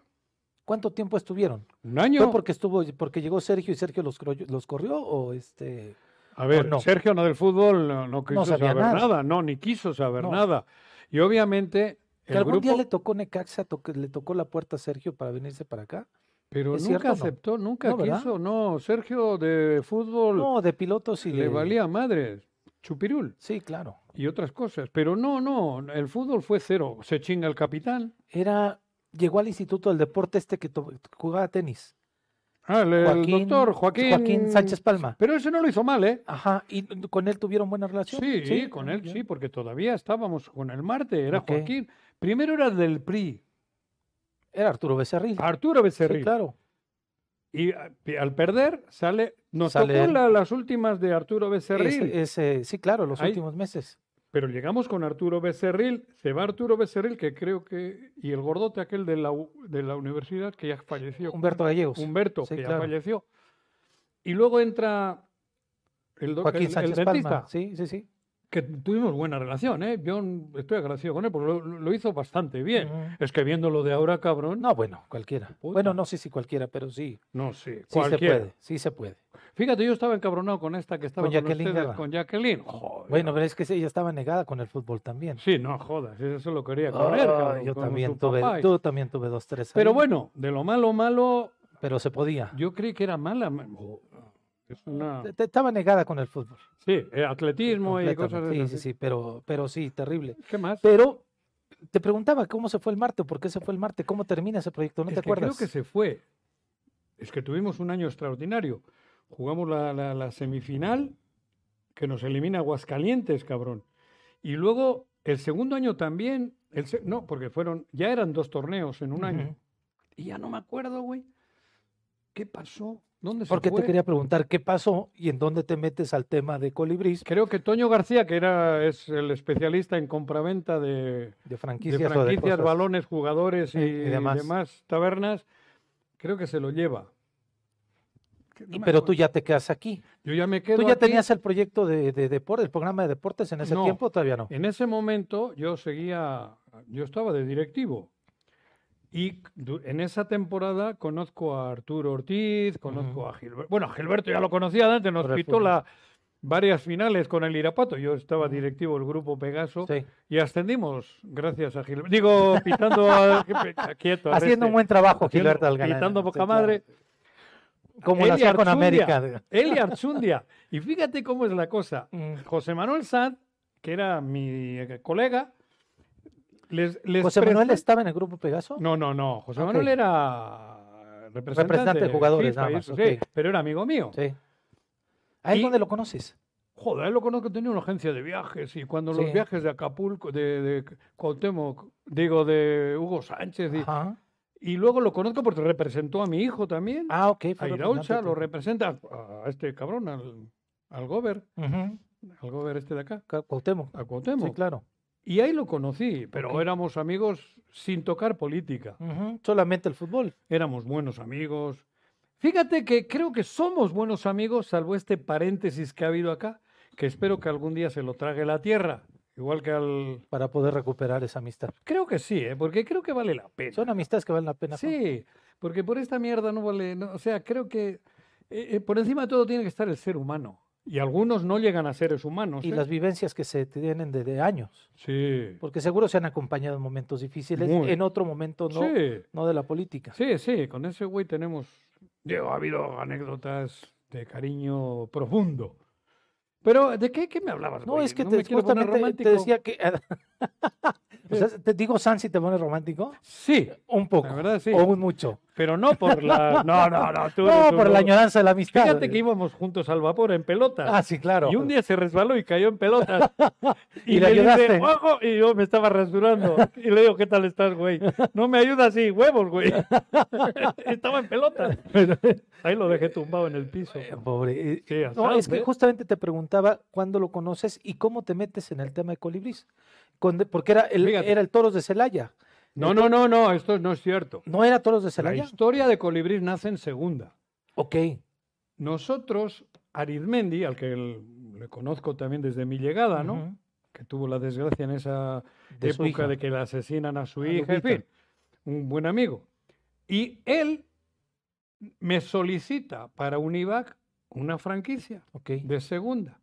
Speaker 2: ¿Cuánto tiempo estuvieron?
Speaker 1: Un
Speaker 2: ¿Fue
Speaker 1: año.
Speaker 2: porque estuvo, porque llegó Sergio y Sergio los, croyo- los corrió o este?
Speaker 1: A ver,
Speaker 2: no?
Speaker 1: Sergio no del fútbol no, no quiso
Speaker 2: sabía
Speaker 1: saber
Speaker 2: nada.
Speaker 1: nada. no, ni quiso saber
Speaker 2: No.
Speaker 1: nada. Y obviamente
Speaker 2: Que
Speaker 1: el
Speaker 2: algún
Speaker 1: grupo,
Speaker 2: día le tocó Necaxa, toque- le tocó la puerta a Sergio para venirse para acá.
Speaker 1: pero
Speaker 2: ¿es
Speaker 1: nunca
Speaker 2: cierto o no?
Speaker 1: aceptó, nunca
Speaker 2: No, ¿verdad?
Speaker 1: quiso, no. Sergio de fútbol
Speaker 2: No, de pilotos y
Speaker 1: le
Speaker 2: de-
Speaker 1: valía madre, chupirul
Speaker 2: Sí, claro.
Speaker 1: y otras cosas. Pero no, no, el fútbol fue cero. Se chinga el capitán.
Speaker 2: Era llegó al Instituto del Deporte este que to- jugaba tenis.
Speaker 1: Ah, el, el doctor Joaquín,
Speaker 2: pues, Sánchez Palma.
Speaker 1: Pero ese no lo hizo mal, ¿eh?
Speaker 2: Ajá, y n- con él tuvieron buena relación.
Speaker 1: Sí, con él
Speaker 2: Ah, ya.
Speaker 1: sí, porque todavía estábamos con el Marte, era
Speaker 2: Ok.
Speaker 1: Joaquín. Primero era del PRI,
Speaker 2: Era Arturo Becerril.
Speaker 1: Arturo Becerril.
Speaker 2: Sí, claro.
Speaker 1: Y a- pi- al perder, sale, nos
Speaker 2: Sale
Speaker 1: tocó
Speaker 2: él.
Speaker 1: la- las últimas de Arturo Becerril.
Speaker 2: Ese- eh. ese- sí, claro, los
Speaker 1: Ahí.
Speaker 2: últimos meses.
Speaker 1: Pero llegamos con Arturo Becerril, se va Arturo Becerril, que creo que, y el gordote aquel de la, u- de la universidad que ya falleció.
Speaker 2: Humberto Gallegos.
Speaker 1: Humberto,
Speaker 2: Sí,
Speaker 1: que ya
Speaker 2: claro.
Speaker 1: falleció. Y luego entra el, doc-
Speaker 2: Joaquín
Speaker 1: el- el
Speaker 2: Sánchez
Speaker 1: dentista,
Speaker 2: Palma. Sí, sí, sí.
Speaker 1: que tuvimos buena relación, ¿eh? Yo estoy agradecido con él, porque lo, lo hizo bastante bien.
Speaker 2: Ujú.
Speaker 1: Es que viendo lo de ahora, cabrón, no,
Speaker 2: No, bueno, cualquiera.
Speaker 1: Puta.
Speaker 2: Bueno, no sé si cualquiera, pero sí.
Speaker 1: sé,
Speaker 2: Sí se
Speaker 1: cualquiera.
Speaker 2: puede, sí se puede.
Speaker 1: Fíjate, yo estaba encabronado con esta que estaba con,
Speaker 2: Jacqueline
Speaker 1: ustedes,
Speaker 2: Guerra.
Speaker 1: con Jacqueline. Joder.
Speaker 2: Bueno, pero es que ella estaba negada con el fútbol también.
Speaker 1: Sí, no jodas, eso lo quería
Speaker 2: Ay,
Speaker 1: comer, cabrón,
Speaker 2: Ah, yo
Speaker 1: con su
Speaker 2: también tuve,
Speaker 1: papá y-
Speaker 2: tú también tuve dos, tres.
Speaker 1: Pero
Speaker 2: ahí,
Speaker 1: bueno, de lo malo, malo,
Speaker 2: Pero se podía.
Speaker 1: yo creí que era mala. ma- jo- Es una...
Speaker 2: Te- te- Estaba negada con el fútbol.
Speaker 1: Sí, eh, atletismo y cosas de
Speaker 2: completamente.
Speaker 1: esas,
Speaker 2: Sí, sí,
Speaker 1: sí.
Speaker 2: sí, pero, pero sí, terrible.
Speaker 1: ¿Qué más?
Speaker 2: Pero te preguntaba cómo se fue el Marte, por qué se fue el Marte, cómo termina ese proyecto, ¿no
Speaker 1: Es
Speaker 2: te
Speaker 1: que
Speaker 2: acuerdas?
Speaker 1: Creo que se fue. Es que tuvimos un año extraordinario. Jugamos la, la- la semifinal, que nos elimina Aguascalientes, cabrón. Y luego el segundo año también, el se- no, porque fueron, ya eran dos torneos en un año.
Speaker 2: Ujú.
Speaker 1: Y ya no me acuerdo, güey. ¿Qué pasó? ¿Dónde se
Speaker 2: Porque
Speaker 1: fue?
Speaker 2: te quería preguntar qué pasó y en dónde te metes al tema de colibrís,
Speaker 1: Creo que Toño García, que era, es el especialista en compraventa de,
Speaker 2: de
Speaker 1: de
Speaker 2: franquicias, o de
Speaker 1: franquicias,
Speaker 2: cosas.
Speaker 1: balones, jugadores y,
Speaker 2: Sí, y demás.
Speaker 1: demás. tabernas, creo que se lo lleva. Que no
Speaker 2: Y-
Speaker 1: me
Speaker 2: Pero tú
Speaker 1: acuerdo.
Speaker 2: ya te quedas aquí.
Speaker 1: Yo ya me quedo.
Speaker 2: ¿Tú ya
Speaker 1: aquí.
Speaker 2: tenías el proyecto de, de deporte, el programa de deportes en ese
Speaker 1: No.
Speaker 2: tiempo? o Todavía no.
Speaker 1: En ese momento yo seguía, yo estaba de directivo. Y du- en esa temporada conozco a Arturo Ortiz, conozco
Speaker 2: Ujú.
Speaker 1: a Gilberto. Bueno, a Gilberto ya lo conocía de antes, nos
Speaker 2: Por el
Speaker 1: pitó
Speaker 2: fútbol.
Speaker 1: la- varias finales con el Irapato. Yo estaba
Speaker 2: Ujú.
Speaker 1: directivo del grupo Pegaso
Speaker 2: Sí.
Speaker 1: y ascendimos gracias a Gilberto. Digo, pitando a, quieto.
Speaker 2: Haciendo un buen trabajo,
Speaker 1: este, Haciendo-
Speaker 2: Gilberto Algarán.
Speaker 1: pitando poca
Speaker 2: Sí, claro.
Speaker 1: madre.
Speaker 2: Como la
Speaker 1: Eli
Speaker 2: hacía con
Speaker 1: Archundia.
Speaker 2: América.
Speaker 1: Él y Archundia. Y fíjate cómo es la cosa.
Speaker 2: Mm.
Speaker 1: José Manuel Sanz, que era mi eh, colega, les, les
Speaker 2: José Manuel
Speaker 1: presté-
Speaker 2: estaba en el grupo Pegaso.
Speaker 1: No, no, no. José
Speaker 2: Ok.
Speaker 1: Manuel era representante,
Speaker 2: Representante de jugadores,
Speaker 1: FIFA
Speaker 2: nada
Speaker 1: y
Speaker 2: más,
Speaker 1: eso,
Speaker 2: ok.
Speaker 1: sí, pero era amigo mío.
Speaker 2: Sí. Ahí
Speaker 1: Y-
Speaker 2: es donde lo conoces.
Speaker 1: Joder, él lo conozco, tenía una agencia de viajes y cuando
Speaker 2: Sí.
Speaker 1: los viajes de Acapulco, de, de Cuauhtémoc, digo, de Hugo Sánchez, y,
Speaker 2: Ajá.
Speaker 1: y luego lo conozco porque representó a mi hijo también,
Speaker 2: Ah, ok.
Speaker 1: a
Speaker 2: fue
Speaker 1: Iraucha,
Speaker 2: representante
Speaker 1: lo
Speaker 2: tú.
Speaker 1: representa a, a este cabrón, al, al Gober,
Speaker 2: Ujú.
Speaker 1: al Gober este de acá,
Speaker 2: Ca- Cuauhtémoc.
Speaker 1: a
Speaker 2: Sí,
Speaker 1: Cuauhtémoc.
Speaker 2: claro.
Speaker 1: Y ahí lo conocí, pero
Speaker 2: Ok.
Speaker 1: éramos amigos sin tocar política.
Speaker 2: Ujú. Solamente el fútbol.
Speaker 1: Éramos buenos amigos. Fíjate que creo que somos buenos amigos, salvo este paréntesis que ha habido acá, que espero que algún día se lo trague la tierra. Igual que al...
Speaker 2: Para poder recuperar esa amistad.
Speaker 1: Creo que sí, ¿eh? porque creo que vale la pena.
Speaker 2: Son amistades que valen la pena. Juan.
Speaker 1: Sí, porque por esta mierda no vale... no, o sea, creo que eh, eh, por encima de todo tiene que estar el ser humano. Y algunos no llegan a seres humanos.
Speaker 2: Y
Speaker 1: ¿eh?
Speaker 2: las vivencias que se tienen desde años.
Speaker 1: Sí.
Speaker 2: Porque seguro se han acompañado en momentos difíciles.
Speaker 1: Muy.
Speaker 2: En otro momento Pues no.
Speaker 1: Sí.
Speaker 2: No de la política.
Speaker 1: Sí, sí, con ese güey tenemos. Digo, ha habido anécdotas de cariño profundo. Pero, ¿de qué, qué me hablabas?
Speaker 2: No,
Speaker 1: pues, güey?
Speaker 2: es que
Speaker 1: me
Speaker 2: te,
Speaker 1: quiero poner
Speaker 2: justamente
Speaker 1: romántico.
Speaker 2: te decía que. o sea, te digo San si te pones romántico.
Speaker 1: Sí,
Speaker 2: Un poco.
Speaker 1: la verdad sí.
Speaker 2: O un mucho.
Speaker 1: Pero no por la. No, no, no. Tú
Speaker 2: No,
Speaker 1: eres
Speaker 2: por
Speaker 1: un-
Speaker 2: la añoranza de la amistad.
Speaker 1: Fíjate que íbamos juntos al vapor en pelota.
Speaker 2: Ah, sí, claro.
Speaker 1: Y un día se resbaló y cayó en pelotas.
Speaker 2: Y le
Speaker 1: me dice,
Speaker 2: ayudaste.
Speaker 1: "Ojo", y yo me estaba rasurando. Y le digo, ¿qué tal estás, güey? No me ayudas y huevos, güey. estaba en pelotas. Ahí lo dejé tumbado en el piso.
Speaker 2: Eh, Pobre. eh,
Speaker 1: Sí,
Speaker 2: No,
Speaker 1: Asad,
Speaker 2: es que
Speaker 1: ¿eh?
Speaker 2: justamente te preguntaba cuándo lo conoces y cómo te metes en el tema de colibrís. Con- porque era el,
Speaker 1: Fíjate.
Speaker 2: era el Toros de Celaya.
Speaker 1: No, no, no, no, esto no es cierto.
Speaker 2: ¿No era Toros de
Speaker 1: La
Speaker 2: Celaya?
Speaker 1: historia de Colibrí nace en segunda.
Speaker 2: Ok.
Speaker 1: Nosotros, Arizmendi, al que el- le conozco también desde mi llegada, ¿no?
Speaker 2: Ujú.
Speaker 1: Que tuvo la desgracia en esa
Speaker 2: De su
Speaker 1: época
Speaker 2: hija.
Speaker 1: de que le asesinan a su
Speaker 2: A
Speaker 1: hija, en
Speaker 2: Lupita.
Speaker 1: fin, un buen amigo. Y él me solicita para Univac una franquicia
Speaker 2: Ok.
Speaker 1: de segunda,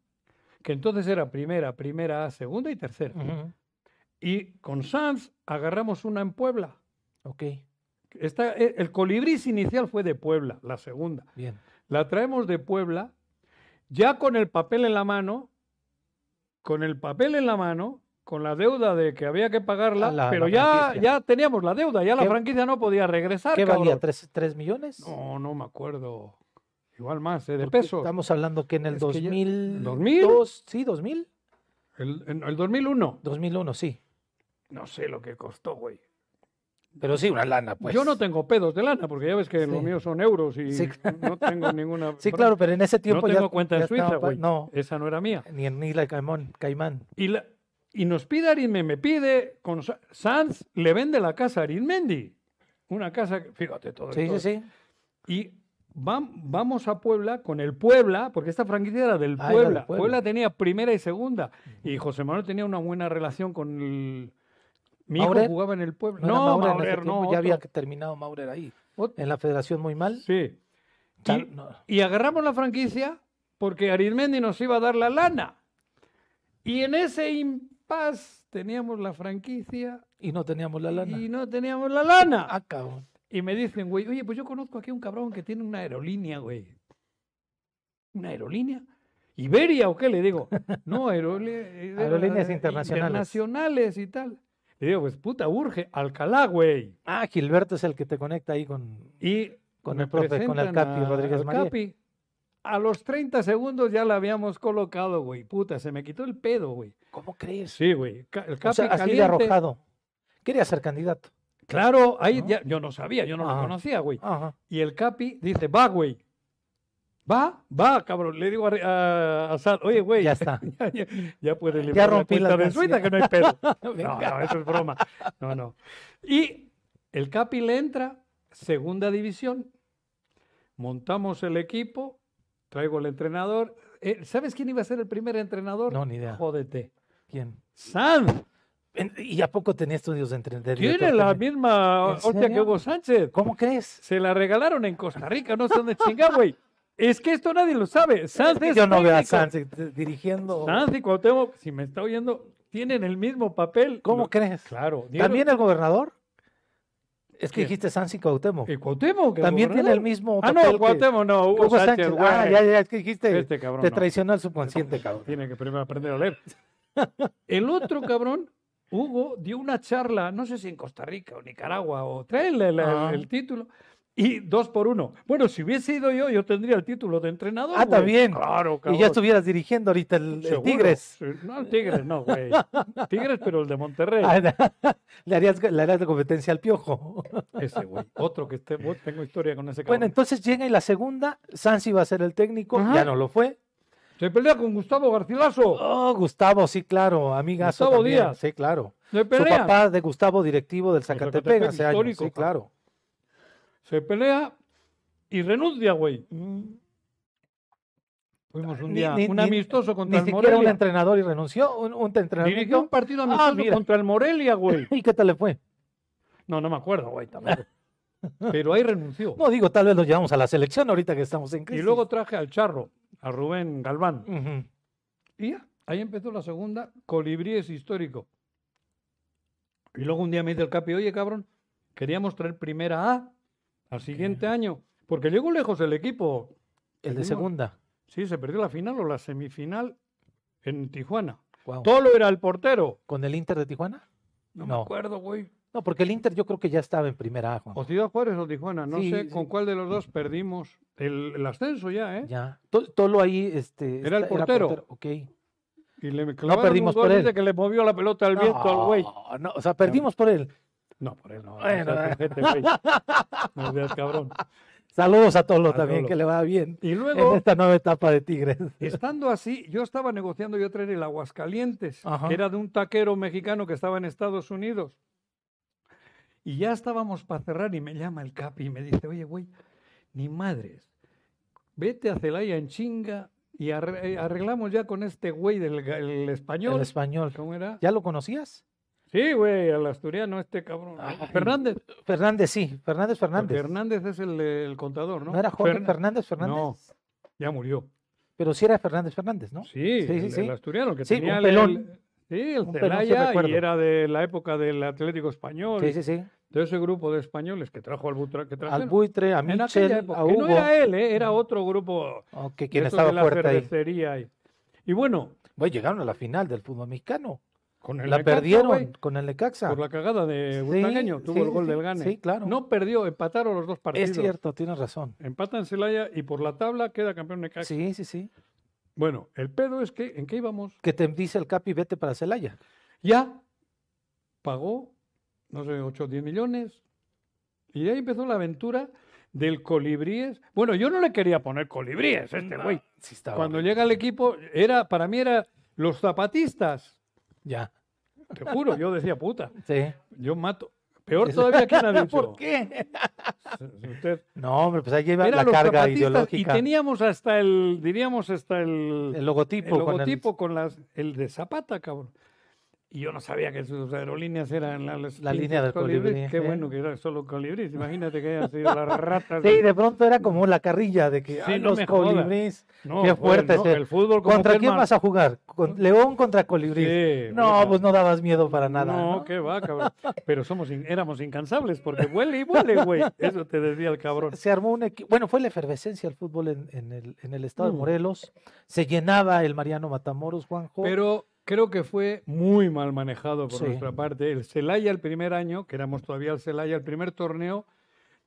Speaker 1: que entonces era primera, primera A, segunda y tercera.
Speaker 2: Ujú.
Speaker 1: Y con Sanz agarramos una en Puebla.
Speaker 2: Ok,
Speaker 1: Esta- e- el colibrís inicial fue de Puebla, la segunda.
Speaker 2: bien.
Speaker 1: La traemos de Puebla, ya con el papel en la mano, con el papel en la mano, con la deuda de que había que pagarla,
Speaker 2: Ah, la-
Speaker 1: pero
Speaker 2: la
Speaker 1: ya,
Speaker 2: franquicia.
Speaker 1: ya teníamos la deuda, ya la
Speaker 2: ¿Qué-
Speaker 1: franquicia no podía regresar.
Speaker 2: ¿Qué valía?
Speaker 1: Ah, cabrón.
Speaker 2: ¿Tres, tres millones?
Speaker 1: No, no me acuerdo. Igual más, ¿eh? de
Speaker 2: Porque
Speaker 1: pesos.
Speaker 2: Estamos hablando que en el
Speaker 1: Es que ya-
Speaker 2: 2000.
Speaker 1: 2000.
Speaker 2: Sí, 2000.
Speaker 1: El, en el 2001.
Speaker 2: 2001, sí.
Speaker 1: No sé lo que costó, güey.
Speaker 2: Pero sí, una lana, pues.
Speaker 1: Yo no tengo pedos de lana, porque ya ves que
Speaker 2: Sí.
Speaker 1: los míos son euros y
Speaker 2: Sí.
Speaker 1: no tengo ninguna.
Speaker 2: Sí, claro, pero en ese
Speaker 1: No
Speaker 2: tiempo ya.
Speaker 1: tengo cuenta
Speaker 2: ya
Speaker 1: en
Speaker 2: estaba
Speaker 1: Suiza,
Speaker 2: pa-
Speaker 1: güey.
Speaker 2: No,
Speaker 1: Esa no era mía.
Speaker 2: ni en Isla Caimón, Caimán.
Speaker 1: Y, la- y nos pide Arinme, me pide, con Sa- Sanz le vende la casa a Arinmendi. Una casa, que- fíjate todo
Speaker 2: Sí,
Speaker 1: esto.
Speaker 2: sí, sí.
Speaker 1: Y vam- vamos a Puebla con el Puebla, porque esta franquicia era del
Speaker 2: Ah, era del
Speaker 1: Puebla.
Speaker 2: Puebla.
Speaker 1: Puebla. tenía primera y segunda. Y José Manuel tenía una buena relación con el... Mi hijo
Speaker 2: ¿Maurer?
Speaker 1: jugaba en el Puebla.
Speaker 2: era
Speaker 1: No,
Speaker 2: Maurer en ese
Speaker 1: Maurer,
Speaker 2: tiempo,
Speaker 1: no.
Speaker 2: Ya
Speaker 1: otro.
Speaker 2: había terminado Maurer ahí.
Speaker 1: Ot-
Speaker 2: En la federación muy mal.
Speaker 1: Sí.
Speaker 2: Tal-
Speaker 1: Y-
Speaker 2: no.
Speaker 1: Y agarramos la franquicia porque Arizmendi nos iba a dar la lana. Y en ese impas teníamos la franquicia
Speaker 2: Y no teníamos la lana.
Speaker 1: y no teníamos la lana.
Speaker 2: Ah, cabrón.
Speaker 1: Y me dicen, güey, oye, pues yo conozco aquí a un cabrón que tiene una aerolínea, güey. ¿Una aerolínea? ¿Iberia o qué? Le digo, no, aerole-
Speaker 2: Aerolíneas
Speaker 1: eh,
Speaker 2: internacionales.
Speaker 1: internacionales y tal. Le digo, pues puta, urge, Alcalá, güey.
Speaker 2: Ah, Gilberto es el que te conecta ahí con.
Speaker 1: Y
Speaker 2: Con
Speaker 1: me
Speaker 2: el profe, con el
Speaker 1: presentan
Speaker 2: Capi
Speaker 1: a-
Speaker 2: Rodríguez
Speaker 1: al
Speaker 2: María.
Speaker 1: Capi. A los 30 segundos ya la habíamos colocado, güey. Puta, se me quitó el pedo, güey.
Speaker 2: ¿Cómo crees?
Speaker 1: Sí, güey. Ca- El Capi
Speaker 2: o sea, así de
Speaker 1: caliente.
Speaker 2: arrojado. Quería ser candidato.
Speaker 1: Claro, ahí
Speaker 2: ¿No? Ah.
Speaker 1: ya, yo no sabía, yo no
Speaker 2: Ajá.
Speaker 1: lo conocía, güey.
Speaker 2: Ajá.
Speaker 1: Y el Capi dice, va, güey. Va, va, cabrón. Le digo a, a- a Sad, oye, güey,
Speaker 2: Ya
Speaker 1: ya,
Speaker 2: está.
Speaker 1: ya- ya puedes
Speaker 2: Ya
Speaker 1: liberar
Speaker 2: rompí la
Speaker 1: la cuenta de
Speaker 2: canción.
Speaker 1: Suiza, que no hay pedo. No,
Speaker 2: Venga.
Speaker 1: no, eso es broma. No, no. Y el Capi le entra, segunda división. Montamos el equipo, traigo el entrenador. Eh, ¿Sabes quién iba a ser el primer entrenador?
Speaker 2: No, ni idea.
Speaker 1: Jódete.
Speaker 2: ¿Quién?
Speaker 1: Sanz
Speaker 2: En- ¿Y a poco tenía estudios de entrenador?
Speaker 1: tiene la misma
Speaker 2: ¿En
Speaker 1: hostia que
Speaker 2: serio?
Speaker 1: Hugo Sánchez.
Speaker 2: ¿Cómo crees?
Speaker 1: Se la regalaron en Costa Rica, no sé dónde chingar, güey. Es que esto nadie lo sabe. Sanz es
Speaker 2: Yo no veo a
Speaker 1: técnico.
Speaker 2: Sanz eh, dirigiendo.
Speaker 1: Sanz y Cuauhtémoc, si me está oyendo, tienen el mismo papel.
Speaker 2: ¿Cómo
Speaker 1: Lo-
Speaker 2: crees?
Speaker 1: Claro. dieron-
Speaker 2: ¿También el gobernador? Es que
Speaker 1: ¿Quién?
Speaker 2: dijiste Sanz y Cuauhtémoc.
Speaker 1: Y Cuauhtémoc. el
Speaker 2: También tiene el
Speaker 1: gobernador.
Speaker 2: mismo
Speaker 1: Ah,
Speaker 2: papel
Speaker 1: no,
Speaker 2: que-
Speaker 1: Cuauhtémoc no,
Speaker 2: que
Speaker 1: Hugo, Sánchez, güey.
Speaker 2: Ah, ya, ya, es que dijiste,
Speaker 1: Este cabrón
Speaker 2: te
Speaker 1: no.
Speaker 2: traicionó el subconsciente, cabrón.
Speaker 1: Tiene que primero aprender a leer. El otro cabrón, Hugo, dio una charla, no sé si en Costa Rica o Nicaragua, o trae el, el-
Speaker 2: Ah.
Speaker 1: el título, y dos por uno. Bueno, si hubiese ido yo, yo tendría el título de entrenador.
Speaker 2: Ah, está
Speaker 1: güey.
Speaker 2: bien.
Speaker 1: Claro, cabrón.
Speaker 2: Y ya estuvieras dirigiendo ahorita el, el
Speaker 1: Seguro.
Speaker 2: Tigres.
Speaker 1: Sí, No, el Tigres no, güey. Tigres, pero el de Monterrey.
Speaker 2: Ah, le, harías, le harías la competencia al piojo.
Speaker 1: Ese, güey. Otro que esté. vos- Tengo historia con ese cabrón.
Speaker 2: Bueno, entonces llega y la segunda, Sanz iba a ser el técnico,
Speaker 1: Ajá.
Speaker 2: ya no lo fue.
Speaker 1: Se pelea con Gustavo Garcilaso.
Speaker 2: Oh, Gustavo, sí, claro, amigazo.
Speaker 1: Gustavo
Speaker 2: también,
Speaker 1: Díaz.
Speaker 2: Sí, claro.
Speaker 1: Se
Speaker 2: Su
Speaker 1: pelea.
Speaker 2: papá de Gustavo, directivo del
Speaker 1: Zacatepec,
Speaker 2: Zacatepec hace años.
Speaker 1: histórico,
Speaker 2: Sí, claro.
Speaker 1: Se pelea y renuncia, güey.
Speaker 2: Mm,
Speaker 1: Fuimos un
Speaker 2: Ni-
Speaker 1: día.
Speaker 2: ni-
Speaker 1: un
Speaker 2: ni-
Speaker 1: amistoso
Speaker 2: Ni
Speaker 1: contra el
Speaker 2: siquiera un
Speaker 1: Morelia.
Speaker 2: entrenador y renunció, un, un
Speaker 1: Dirigió un
Speaker 2: entrenamiento.
Speaker 1: partido
Speaker 2: Ah,
Speaker 1: amistoso
Speaker 2: mira.
Speaker 1: contra el Morelia, güey.
Speaker 2: ¿Y qué tal le fue?
Speaker 1: No, no me acuerdo, güey, tampoco. Pero ahí renunció.
Speaker 2: No digo, tal vez lo llevamos a la selección ahorita que estamos en
Speaker 1: y
Speaker 2: crisis.
Speaker 1: luego traje al Charro, a Rubén Galván.
Speaker 2: Ujú.
Speaker 1: Y ya, ahí empezó la segunda. Colibrí es histórico. Y luego un día me dice el Capi, oye, cabrón, queríamos traer primera A al siguiente año. Porque llegó lejos el equipo.
Speaker 2: el de
Speaker 1: Seguimos.
Speaker 2: segunda.
Speaker 1: Sí, se perdió la final o la semifinal en Tijuana.
Speaker 2: Guau.
Speaker 1: Tolo era el portero.
Speaker 2: ¿Con el Inter de Tijuana?
Speaker 1: No,
Speaker 2: No.
Speaker 1: me acuerdo, güey.
Speaker 2: No, porque el Inter yo creo que ya estaba en primera A, Juan.
Speaker 1: O Ciudad Juárez o Tijuana, no
Speaker 2: Sí,
Speaker 1: sé
Speaker 2: sí.
Speaker 1: con cuál de los dos perdimos el, el ascenso ya, ¿eh?
Speaker 2: Ya. To- Tolo ahí, este.
Speaker 1: Era el
Speaker 2: está-
Speaker 1: portero.
Speaker 2: Ok.
Speaker 1: Y le clavaron
Speaker 2: perdimos
Speaker 1: un gol,
Speaker 2: por él.
Speaker 1: dice que le movió la pelota al viento al güey.
Speaker 2: No, no, o sea, perdimos por él.
Speaker 1: No, por él no. no
Speaker 2: Bueno,
Speaker 1: seas
Speaker 2: eh.
Speaker 1: ojete, güey. No seas cabrón.
Speaker 2: Saludos a Tolo
Speaker 1: A
Speaker 2: también,
Speaker 1: Tolo.
Speaker 2: que le va bien
Speaker 1: Y
Speaker 2: en
Speaker 1: luego,
Speaker 2: esta nueva etapa de Tigres.
Speaker 1: estando así, yo estaba negociando yo traer el Aguascalientes,
Speaker 2: Ajá.
Speaker 1: que era de un taquero mexicano que estaba en Estados Unidos. Y ya estábamos para cerrar y me llama el Capi y me dice, oye, güey, ni madres, vete a Celaya en chinga y arre- eh, arreglamos ya con este güey del ga- el español.
Speaker 2: El español.
Speaker 1: ¿Cómo era?
Speaker 2: ¿Ya lo conocías?
Speaker 1: Sí, güey, el asturiano este cabrón.
Speaker 2: Ay,
Speaker 1: Fernández.
Speaker 2: Fernández, sí. Fernández
Speaker 1: Porque
Speaker 2: Fernández.
Speaker 1: Hernández es el, el contador, ¿no?
Speaker 2: ¿No era Jorge
Speaker 1: Fern-
Speaker 2: Fernández Fernández?
Speaker 1: No. Ya murió.
Speaker 2: Pero sí era Fernández Fernández, ¿no?
Speaker 1: Sí,
Speaker 2: Sí, sí,
Speaker 1: el, el
Speaker 2: sí.
Speaker 1: asturiano el que
Speaker 2: Sí,
Speaker 1: tenía
Speaker 2: un
Speaker 1: el- el-
Speaker 2: pelón.
Speaker 1: sí, el
Speaker 2: Un pelón, sí
Speaker 1: Celaya
Speaker 2: recuerdo.
Speaker 1: y era de la época del Atlético Español.
Speaker 2: Sí, sí, sí.
Speaker 1: De ese grupo de españoles que trajo al Butra, que trajeron.
Speaker 2: Al buitre, a
Speaker 1: en aquella
Speaker 2: Michel,
Speaker 1: época.
Speaker 2: a
Speaker 1: que
Speaker 2: Hugo.
Speaker 1: No era él, ¿eh? era otro grupo.
Speaker 2: Ok,
Speaker 1: de
Speaker 2: quien
Speaker 1: esos de
Speaker 2: estaba
Speaker 1: la
Speaker 2: fuerte ahí.
Speaker 1: cervecería ahí. Y bueno,
Speaker 2: Bueno, llegaron a la final del fútbol mexicano.
Speaker 1: con el
Speaker 2: La
Speaker 1: Necaxa,
Speaker 2: perdieron
Speaker 1: güey,
Speaker 2: con el Necaxa.
Speaker 1: por la cagada de
Speaker 2: Sí,
Speaker 1: Bustagueño, tuvo
Speaker 2: sí,
Speaker 1: el gol
Speaker 2: sí,
Speaker 1: del Gane.
Speaker 2: sí, claro.
Speaker 1: No perdió, empataron los dos partidos.
Speaker 2: Es cierto, tienes razón.
Speaker 1: Empatan Celaya y por la tabla queda campeón Necaxa.
Speaker 2: Sí, sí, sí.
Speaker 1: Bueno, el pedo es que, ¿en qué íbamos?
Speaker 2: Que te dice el Capi, vete para Celaya.
Speaker 1: Ya pagó, no sé, 8 o 10 millones, Y ahí empezó la aventura del colibríes. Bueno, yo no le quería poner colibríes a este
Speaker 2: No,
Speaker 1: güey.
Speaker 2: sí estaba
Speaker 1: Cuando
Speaker 2: horrible.
Speaker 1: llega al equipo, era, para mí era los zapatistas.
Speaker 2: Ya.
Speaker 1: Te juro, yo decía, puta,
Speaker 2: Sí.
Speaker 1: yo mato. Peor todavía que nadie.
Speaker 2: ¿Por qué?
Speaker 1: Usted,
Speaker 2: No, hombre, pues ahí lleva
Speaker 1: Era
Speaker 2: la
Speaker 1: los
Speaker 2: carga
Speaker 1: zapatistas
Speaker 2: ideológica.
Speaker 1: Y teníamos hasta el, diríamos hasta el,
Speaker 2: el logotipo.
Speaker 1: el
Speaker 2: con el-
Speaker 1: logotipo con, las, el de Zapata, cabrón. Y yo no sabía que sus aerolíneas eran las, las
Speaker 2: La
Speaker 1: pinches
Speaker 2: línea del
Speaker 1: colibrí.
Speaker 2: colibrí,
Speaker 1: Qué
Speaker 2: ¿eh?
Speaker 1: bueno que era solo colibrí. Imagínate que hayan sido las ratas.
Speaker 2: Sí,
Speaker 1: de-
Speaker 2: de pronto era como la carrilla de que
Speaker 1: Sí,
Speaker 2: "Ay,
Speaker 1: no
Speaker 2: los
Speaker 1: me jodas".
Speaker 2: colibrís.
Speaker 1: No,
Speaker 2: qué
Speaker 1: joder,
Speaker 2: fuerte
Speaker 1: no,
Speaker 2: ese.
Speaker 1: el fútbol como
Speaker 2: ¿Contra
Speaker 1: que es
Speaker 2: quién
Speaker 1: mar-
Speaker 2: vas a jugar? ¿Con León contra colibrís.
Speaker 1: Sí,
Speaker 2: no,
Speaker 1: puta.
Speaker 2: pues no dabas miedo para nada.
Speaker 1: No,
Speaker 2: ¿no?
Speaker 1: qué va, cabrón. Pero somos in- éramos incansables porque huele y huele, güey. Eso te decía el cabrón.
Speaker 2: Se armó un equipo. Bueno, fue la efervescencia del fútbol en, en el, en el estado
Speaker 1: Mm.
Speaker 2: de Morelos. Se llenaba el Mariano Matamoros, Juanjo.
Speaker 1: Pero creo que fue muy mal manejado por
Speaker 2: Sí.
Speaker 1: nuestra parte. El Celaya el primer año, que éramos todavía el Celaya, el primer torneo,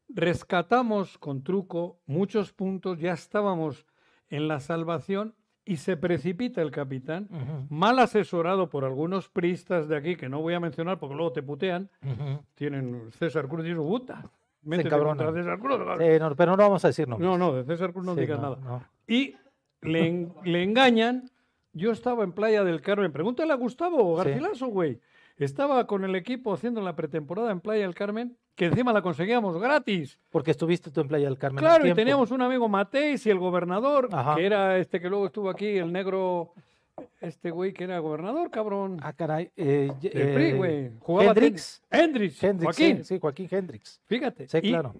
Speaker 1: rescatamos con truco muchos puntos, ya estábamos en la salvación y se precipita el capitán,
Speaker 2: Ujú,
Speaker 1: mal asesorado por algunos pristas de aquí, que no voy a mencionar porque luego te putean,
Speaker 2: ujú.
Speaker 1: tienen César Cruz y su puta. Métete
Speaker 2: encabronan.
Speaker 1: contra César Cruz.
Speaker 2: Sí, no, pero no vamos a decir nombres.
Speaker 1: No, no, de César Cruz no
Speaker 2: Sí,
Speaker 1: digas
Speaker 2: no,
Speaker 1: nada
Speaker 2: no.
Speaker 1: y le, en- le engañan. Yo estaba en Playa del Carmen. Pregúntale a Gustavo
Speaker 2: Sí.
Speaker 1: Garcilaso, güey. Estaba con el equipo haciendo la pretemporada en Playa del Carmen, que encima la conseguíamos gratis.
Speaker 2: Porque estuviste tú en Playa del Carmen. un
Speaker 1: claro, y
Speaker 2: tiempo.
Speaker 1: teníamos un amigo Mateis y el gobernador,
Speaker 2: Ajá.
Speaker 1: que era este que luego estuvo aquí, el negro, este güey que era gobernador, cabrón.
Speaker 2: Ah, caray. eh, ye-
Speaker 1: del PRI,
Speaker 2: eh,
Speaker 1: güey.
Speaker 2: Hendrix.
Speaker 1: tenis. Hendrix.
Speaker 2: Hendrix, sí,
Speaker 1: Joaquín.
Speaker 2: sí, Joaquín Hendrix.
Speaker 1: Fíjate.
Speaker 2: Sí,
Speaker 1: y
Speaker 2: claro.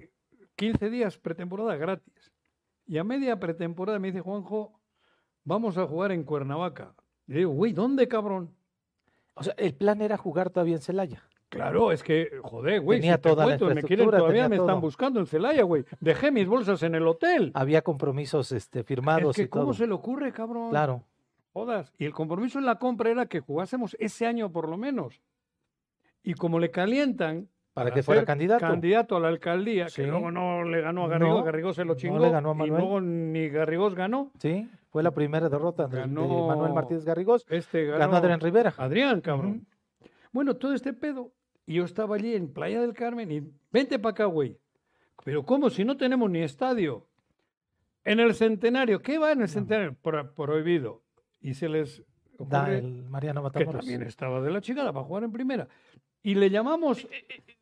Speaker 1: 15 días pretemporada gratis. Y a media pretemporada me dice Juanjo, vamos a jugar en Cuernavaca. Y digo, güey, ¿dónde, cabrón?
Speaker 2: O sea, el plan era jugar todavía en Celaya.
Speaker 1: Claro, es que, joder, güey,
Speaker 2: Tenía
Speaker 1: si te
Speaker 2: toda la
Speaker 1: cuento, me quieren
Speaker 2: infraestructura,
Speaker 1: todavía,
Speaker 2: tenía
Speaker 1: me están
Speaker 2: todo.
Speaker 1: buscando en Celaya, güey. Dejé mis bolsas en el hotel.
Speaker 2: Había compromisos este,
Speaker 1: es
Speaker 2: firmados
Speaker 1: que,
Speaker 2: y todo.
Speaker 1: ¿cómo se le ocurre, cabrón?
Speaker 2: Claro.
Speaker 1: Jodas. Y el compromiso en la compra era que jugásemos ese año por lo menos. Y como le calientan
Speaker 2: Para que fuera
Speaker 1: ser
Speaker 2: candidato.
Speaker 1: Candidato a la alcaldía,
Speaker 2: Sí.
Speaker 1: que luego no le ganó a Garrigós,
Speaker 2: No,
Speaker 1: Garrigós se
Speaker 2: no
Speaker 1: lo
Speaker 2: le
Speaker 1: chingó.
Speaker 2: ganó a
Speaker 1: y
Speaker 2: Manuel.
Speaker 1: luego ni Garrigós ganó.
Speaker 2: Sí, fue la primera derrota de, de
Speaker 1: Ganó-
Speaker 2: Manuel Martínez Garrigós.
Speaker 1: Este ganó,
Speaker 2: Ganó Adrián Rivera.
Speaker 1: Adrián, cabrón. Bueno, todo este pedo. Y yo estaba allí en Playa del Carmen y vente para acá, güey. Pero ¿cómo si no tenemos ni estadio? En el centenario, ¿qué va en el centenario? Pro- prohibido. Y se les ocurre
Speaker 2: Da el Mariano
Speaker 1: que
Speaker 2: Matamoros.
Speaker 1: también estaba de la chingada para jugar en primera. Y le llamamos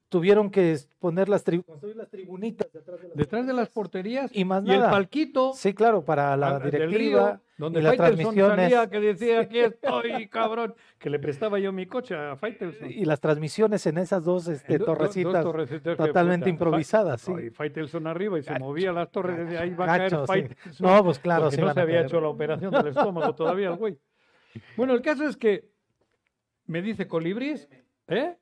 Speaker 2: Tuvieron que es- poner las tri- construir las tribunitas detrás de las,
Speaker 1: detrás de las porterías
Speaker 2: Y más
Speaker 1: y el
Speaker 2: nada.
Speaker 1: palquito
Speaker 2: Sí, claro, para la
Speaker 1: al- del
Speaker 2: directiva
Speaker 1: río, donde
Speaker 2: y las
Speaker 1: Faitelson
Speaker 2: transmisiones
Speaker 1: salía que decía aquí estoy, cabrón, que le prestaba yo mi coche a Faitelson.
Speaker 2: y las transmisiones en esas dos este,
Speaker 1: Do- do- dos
Speaker 2: torrecitas
Speaker 1: torrecitas que,
Speaker 2: totalmente
Speaker 1: puta,
Speaker 2: improvisadas,
Speaker 1: Fa-
Speaker 2: sí.
Speaker 1: Ay, Faitelson arriba y se movía las torres, decía, ahí va a caer
Speaker 2: Gacho, sí.
Speaker 1: Faitelson",
Speaker 2: No, pues claro,
Speaker 1: porque
Speaker 2: sí
Speaker 1: no
Speaker 2: van
Speaker 1: se
Speaker 2: a
Speaker 1: había
Speaker 2: caer.
Speaker 1: hecho la operación del estómago todavía el güey. Bueno, el caso es que me dice Colibrís, ¿eh?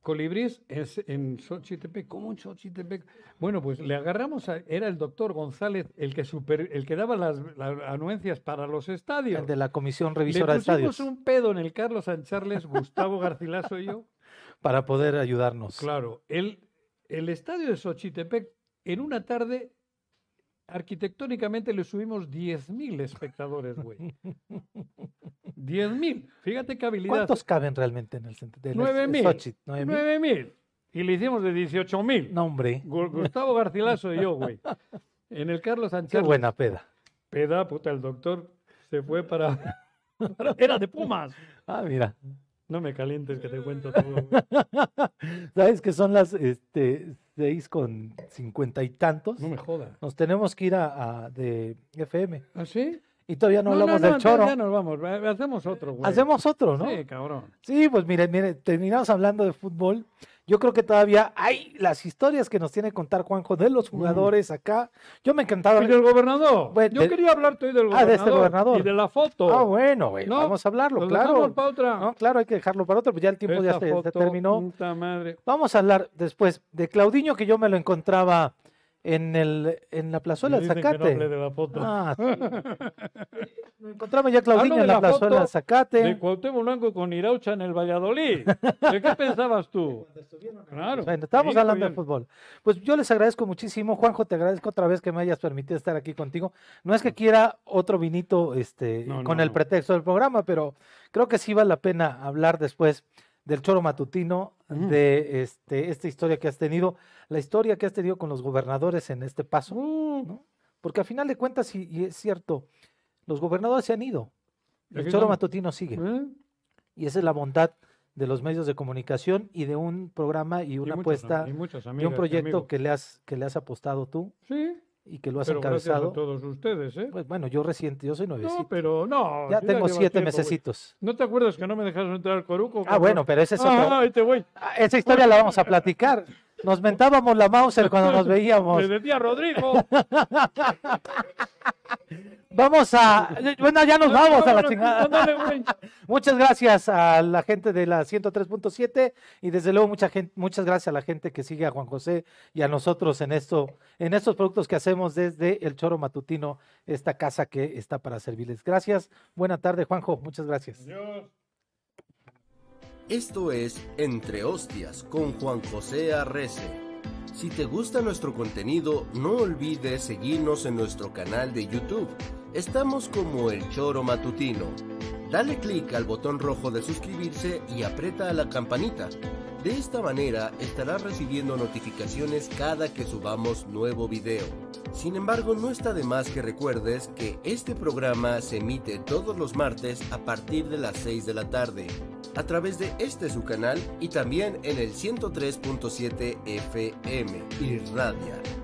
Speaker 1: Colibrís es en Xochitepec, ¿cómo en Xochitepec? Bueno, pues le agarramos, a- era el doctor González el que super- el que daba las, las anuencias para los estadios.
Speaker 2: El de la comisión
Speaker 1: le
Speaker 2: revisora de
Speaker 1: pusimos
Speaker 2: estadios
Speaker 1: un pedo en el Carlos Sancharles, Gustavo Garcilaso y yo.
Speaker 2: para poder ayudarnos.
Speaker 1: Claro, el, el estadio de Xochitepec, en una tarde, arquitectónicamente le subimos 10.000 espectadores, güey. 10.000. Fíjate qué habilidad.
Speaker 2: ¿Cuántos caben realmente en el centro? de
Speaker 1: Nueve mil.
Speaker 2: 9000.
Speaker 1: 9.000. Y le hicimos de 18.000.
Speaker 2: No, hombre.
Speaker 1: Gu- Gustavo Garcilaso y yo, güey. En el Carlos
Speaker 2: Qué
Speaker 1: Sánchez
Speaker 2: buena peda.
Speaker 1: Peda, puta, el doctor se fue para... para- Era de Pumas.
Speaker 2: Ah, mira.
Speaker 1: No me calientes que te cuento todo. güey.
Speaker 2: ¿Sabes que son las este, seis con cincuenta y tantos?
Speaker 1: No me jodas.
Speaker 2: Nos tenemos que ir a, a- de FM.
Speaker 1: ¿Ah, sí?
Speaker 2: Y todavía no, hablamos del
Speaker 1: ya-
Speaker 2: choro.
Speaker 1: Ya nos vamos. va- Hacemos otro, güey.
Speaker 2: Hacemos otro, ¿no?
Speaker 1: Sí,
Speaker 2: Sí,
Speaker 1: cabrón.
Speaker 2: pues mire, mire, terminamos hablando de fútbol. Yo creo que todavía hay las historias que nos tiene que contar Juanjo de
Speaker 1: Mm.
Speaker 2: los jugadores acá. Yo me encantaba.
Speaker 1: Y del gobernador.
Speaker 2: Bueno,
Speaker 1: Yo
Speaker 2: del-
Speaker 1: quería hablarte hoy del
Speaker 2: Ah,
Speaker 1: gobernador.
Speaker 2: de este gobernador.
Speaker 1: Y de la foto.
Speaker 2: Ah, bueno, güey,
Speaker 1: No,
Speaker 2: vamos a hablarlo,
Speaker 1: Lo
Speaker 2: claro.
Speaker 1: dejamos pa' otra.
Speaker 2: No, claro, hay que dejarlo para otro, pues ya el tiempo ya
Speaker 1: Esa
Speaker 2: se- se
Speaker 1: foto, Mm.
Speaker 2: terminó.
Speaker 1: puta madre.
Speaker 2: Vamos a hablar después de Claudiño, que yo me lo encontraba en, el, en la plazuela
Speaker 1: Y
Speaker 2: del
Speaker 1: dicen que no
Speaker 2: Zacate.
Speaker 1: hable de la foto.
Speaker 2: Ah, sí. Me encontraba ya Claudiño
Speaker 1: Ah, de
Speaker 2: en la,
Speaker 1: la
Speaker 2: plazuela
Speaker 1: foto
Speaker 2: del Zacate.
Speaker 1: De Cuauhtémoc Blanco con Iraucha en el Valladolid. ¿De qué pensabas tú? Claro.
Speaker 2: Bueno, estábamos
Speaker 1: hijo,
Speaker 2: hablando
Speaker 1: ya-
Speaker 2: de fútbol. Pues yo les agradezco muchísimo, Juanjo, te agradezco otra vez que me hayas permitido estar aquí contigo. No es que quiera otro vinito este,
Speaker 1: No,
Speaker 2: con
Speaker 1: no,
Speaker 2: el
Speaker 1: no.
Speaker 2: pretexto del programa, pero creo que sí vale la pena hablar después del choro matutino,
Speaker 1: Ujú.
Speaker 2: de este, esta historia que has tenido, la historia que has tenido con los gobernadores en este paso.
Speaker 1: Uh,
Speaker 2: ¿no? Porque a final de cuentas, y, y es cierto, los gobernadores se han ido,
Speaker 1: Y
Speaker 2: el
Speaker 1: aquí
Speaker 2: choro
Speaker 1: estamos.
Speaker 2: matutino sigue.
Speaker 1: ¿Eh?
Speaker 2: Y esa es la bondad de los medios de comunicación y de un programa y
Speaker 1: Y
Speaker 2: una
Speaker 1: muchos am-
Speaker 2: apuesta
Speaker 1: y muchas
Speaker 2: y
Speaker 1: amigas
Speaker 2: un
Speaker 1: y
Speaker 2: proyecto
Speaker 1: amigos.
Speaker 2: que le has que le has apostado tú
Speaker 1: Sí,
Speaker 2: y que lo has
Speaker 1: pero gracias a
Speaker 2: encabezado.
Speaker 1: todos ustedes, ¿eh?
Speaker 2: Pues bueno, yo reciente, yo soy nuevecito.
Speaker 1: No, pero no.
Speaker 2: ya
Speaker 1: si
Speaker 2: tengo
Speaker 1: llevas
Speaker 2: siete
Speaker 1: tiempo, güey.
Speaker 2: mesecitos.
Speaker 1: ¿No te acuerdas que no me dejaron entrar al Coruco?
Speaker 2: Ah, bueno, pero ese es otro-
Speaker 1: Ah, ahí te voy.
Speaker 2: Ah, Esa historia la vamos a platicar. Nos mentábamos la Mauser cuando nos veíamos.
Speaker 1: Le decía Rodrigo.
Speaker 2: Vamos a. Bueno, ya nos vamos a la chingada.
Speaker 1: Ándale, güey.
Speaker 2: Muchas gracias a la gente de la 103.7 y desde luego mucha gente, muchas gracias a la gente que sigue a Juan José y a nosotros en esto, en estos productos que hacemos desde el Choro Matutino, esta casa que está para servirles. Gracias. Buena tarde, Juanjo. Muchas gracias.
Speaker 1: Adiós.
Speaker 3: Esto es Entre Hostias con Juan José Arrece. Si te gusta nuestro contenido, no olvides seguirnos en nuestro canal de YouTube. Estamos como El Choro Matutino. Dale clic al botón rojo de suscribirse y aprieta la campanita. De esta manera estarás recibiendo notificaciones cada que subamos nuevo video. Sin embargo, no está de más que recuerdes que este programa se emite todos los martes a partir de las 6 de la tarde a través de este su canal y también en el 103.7 FM Irradia.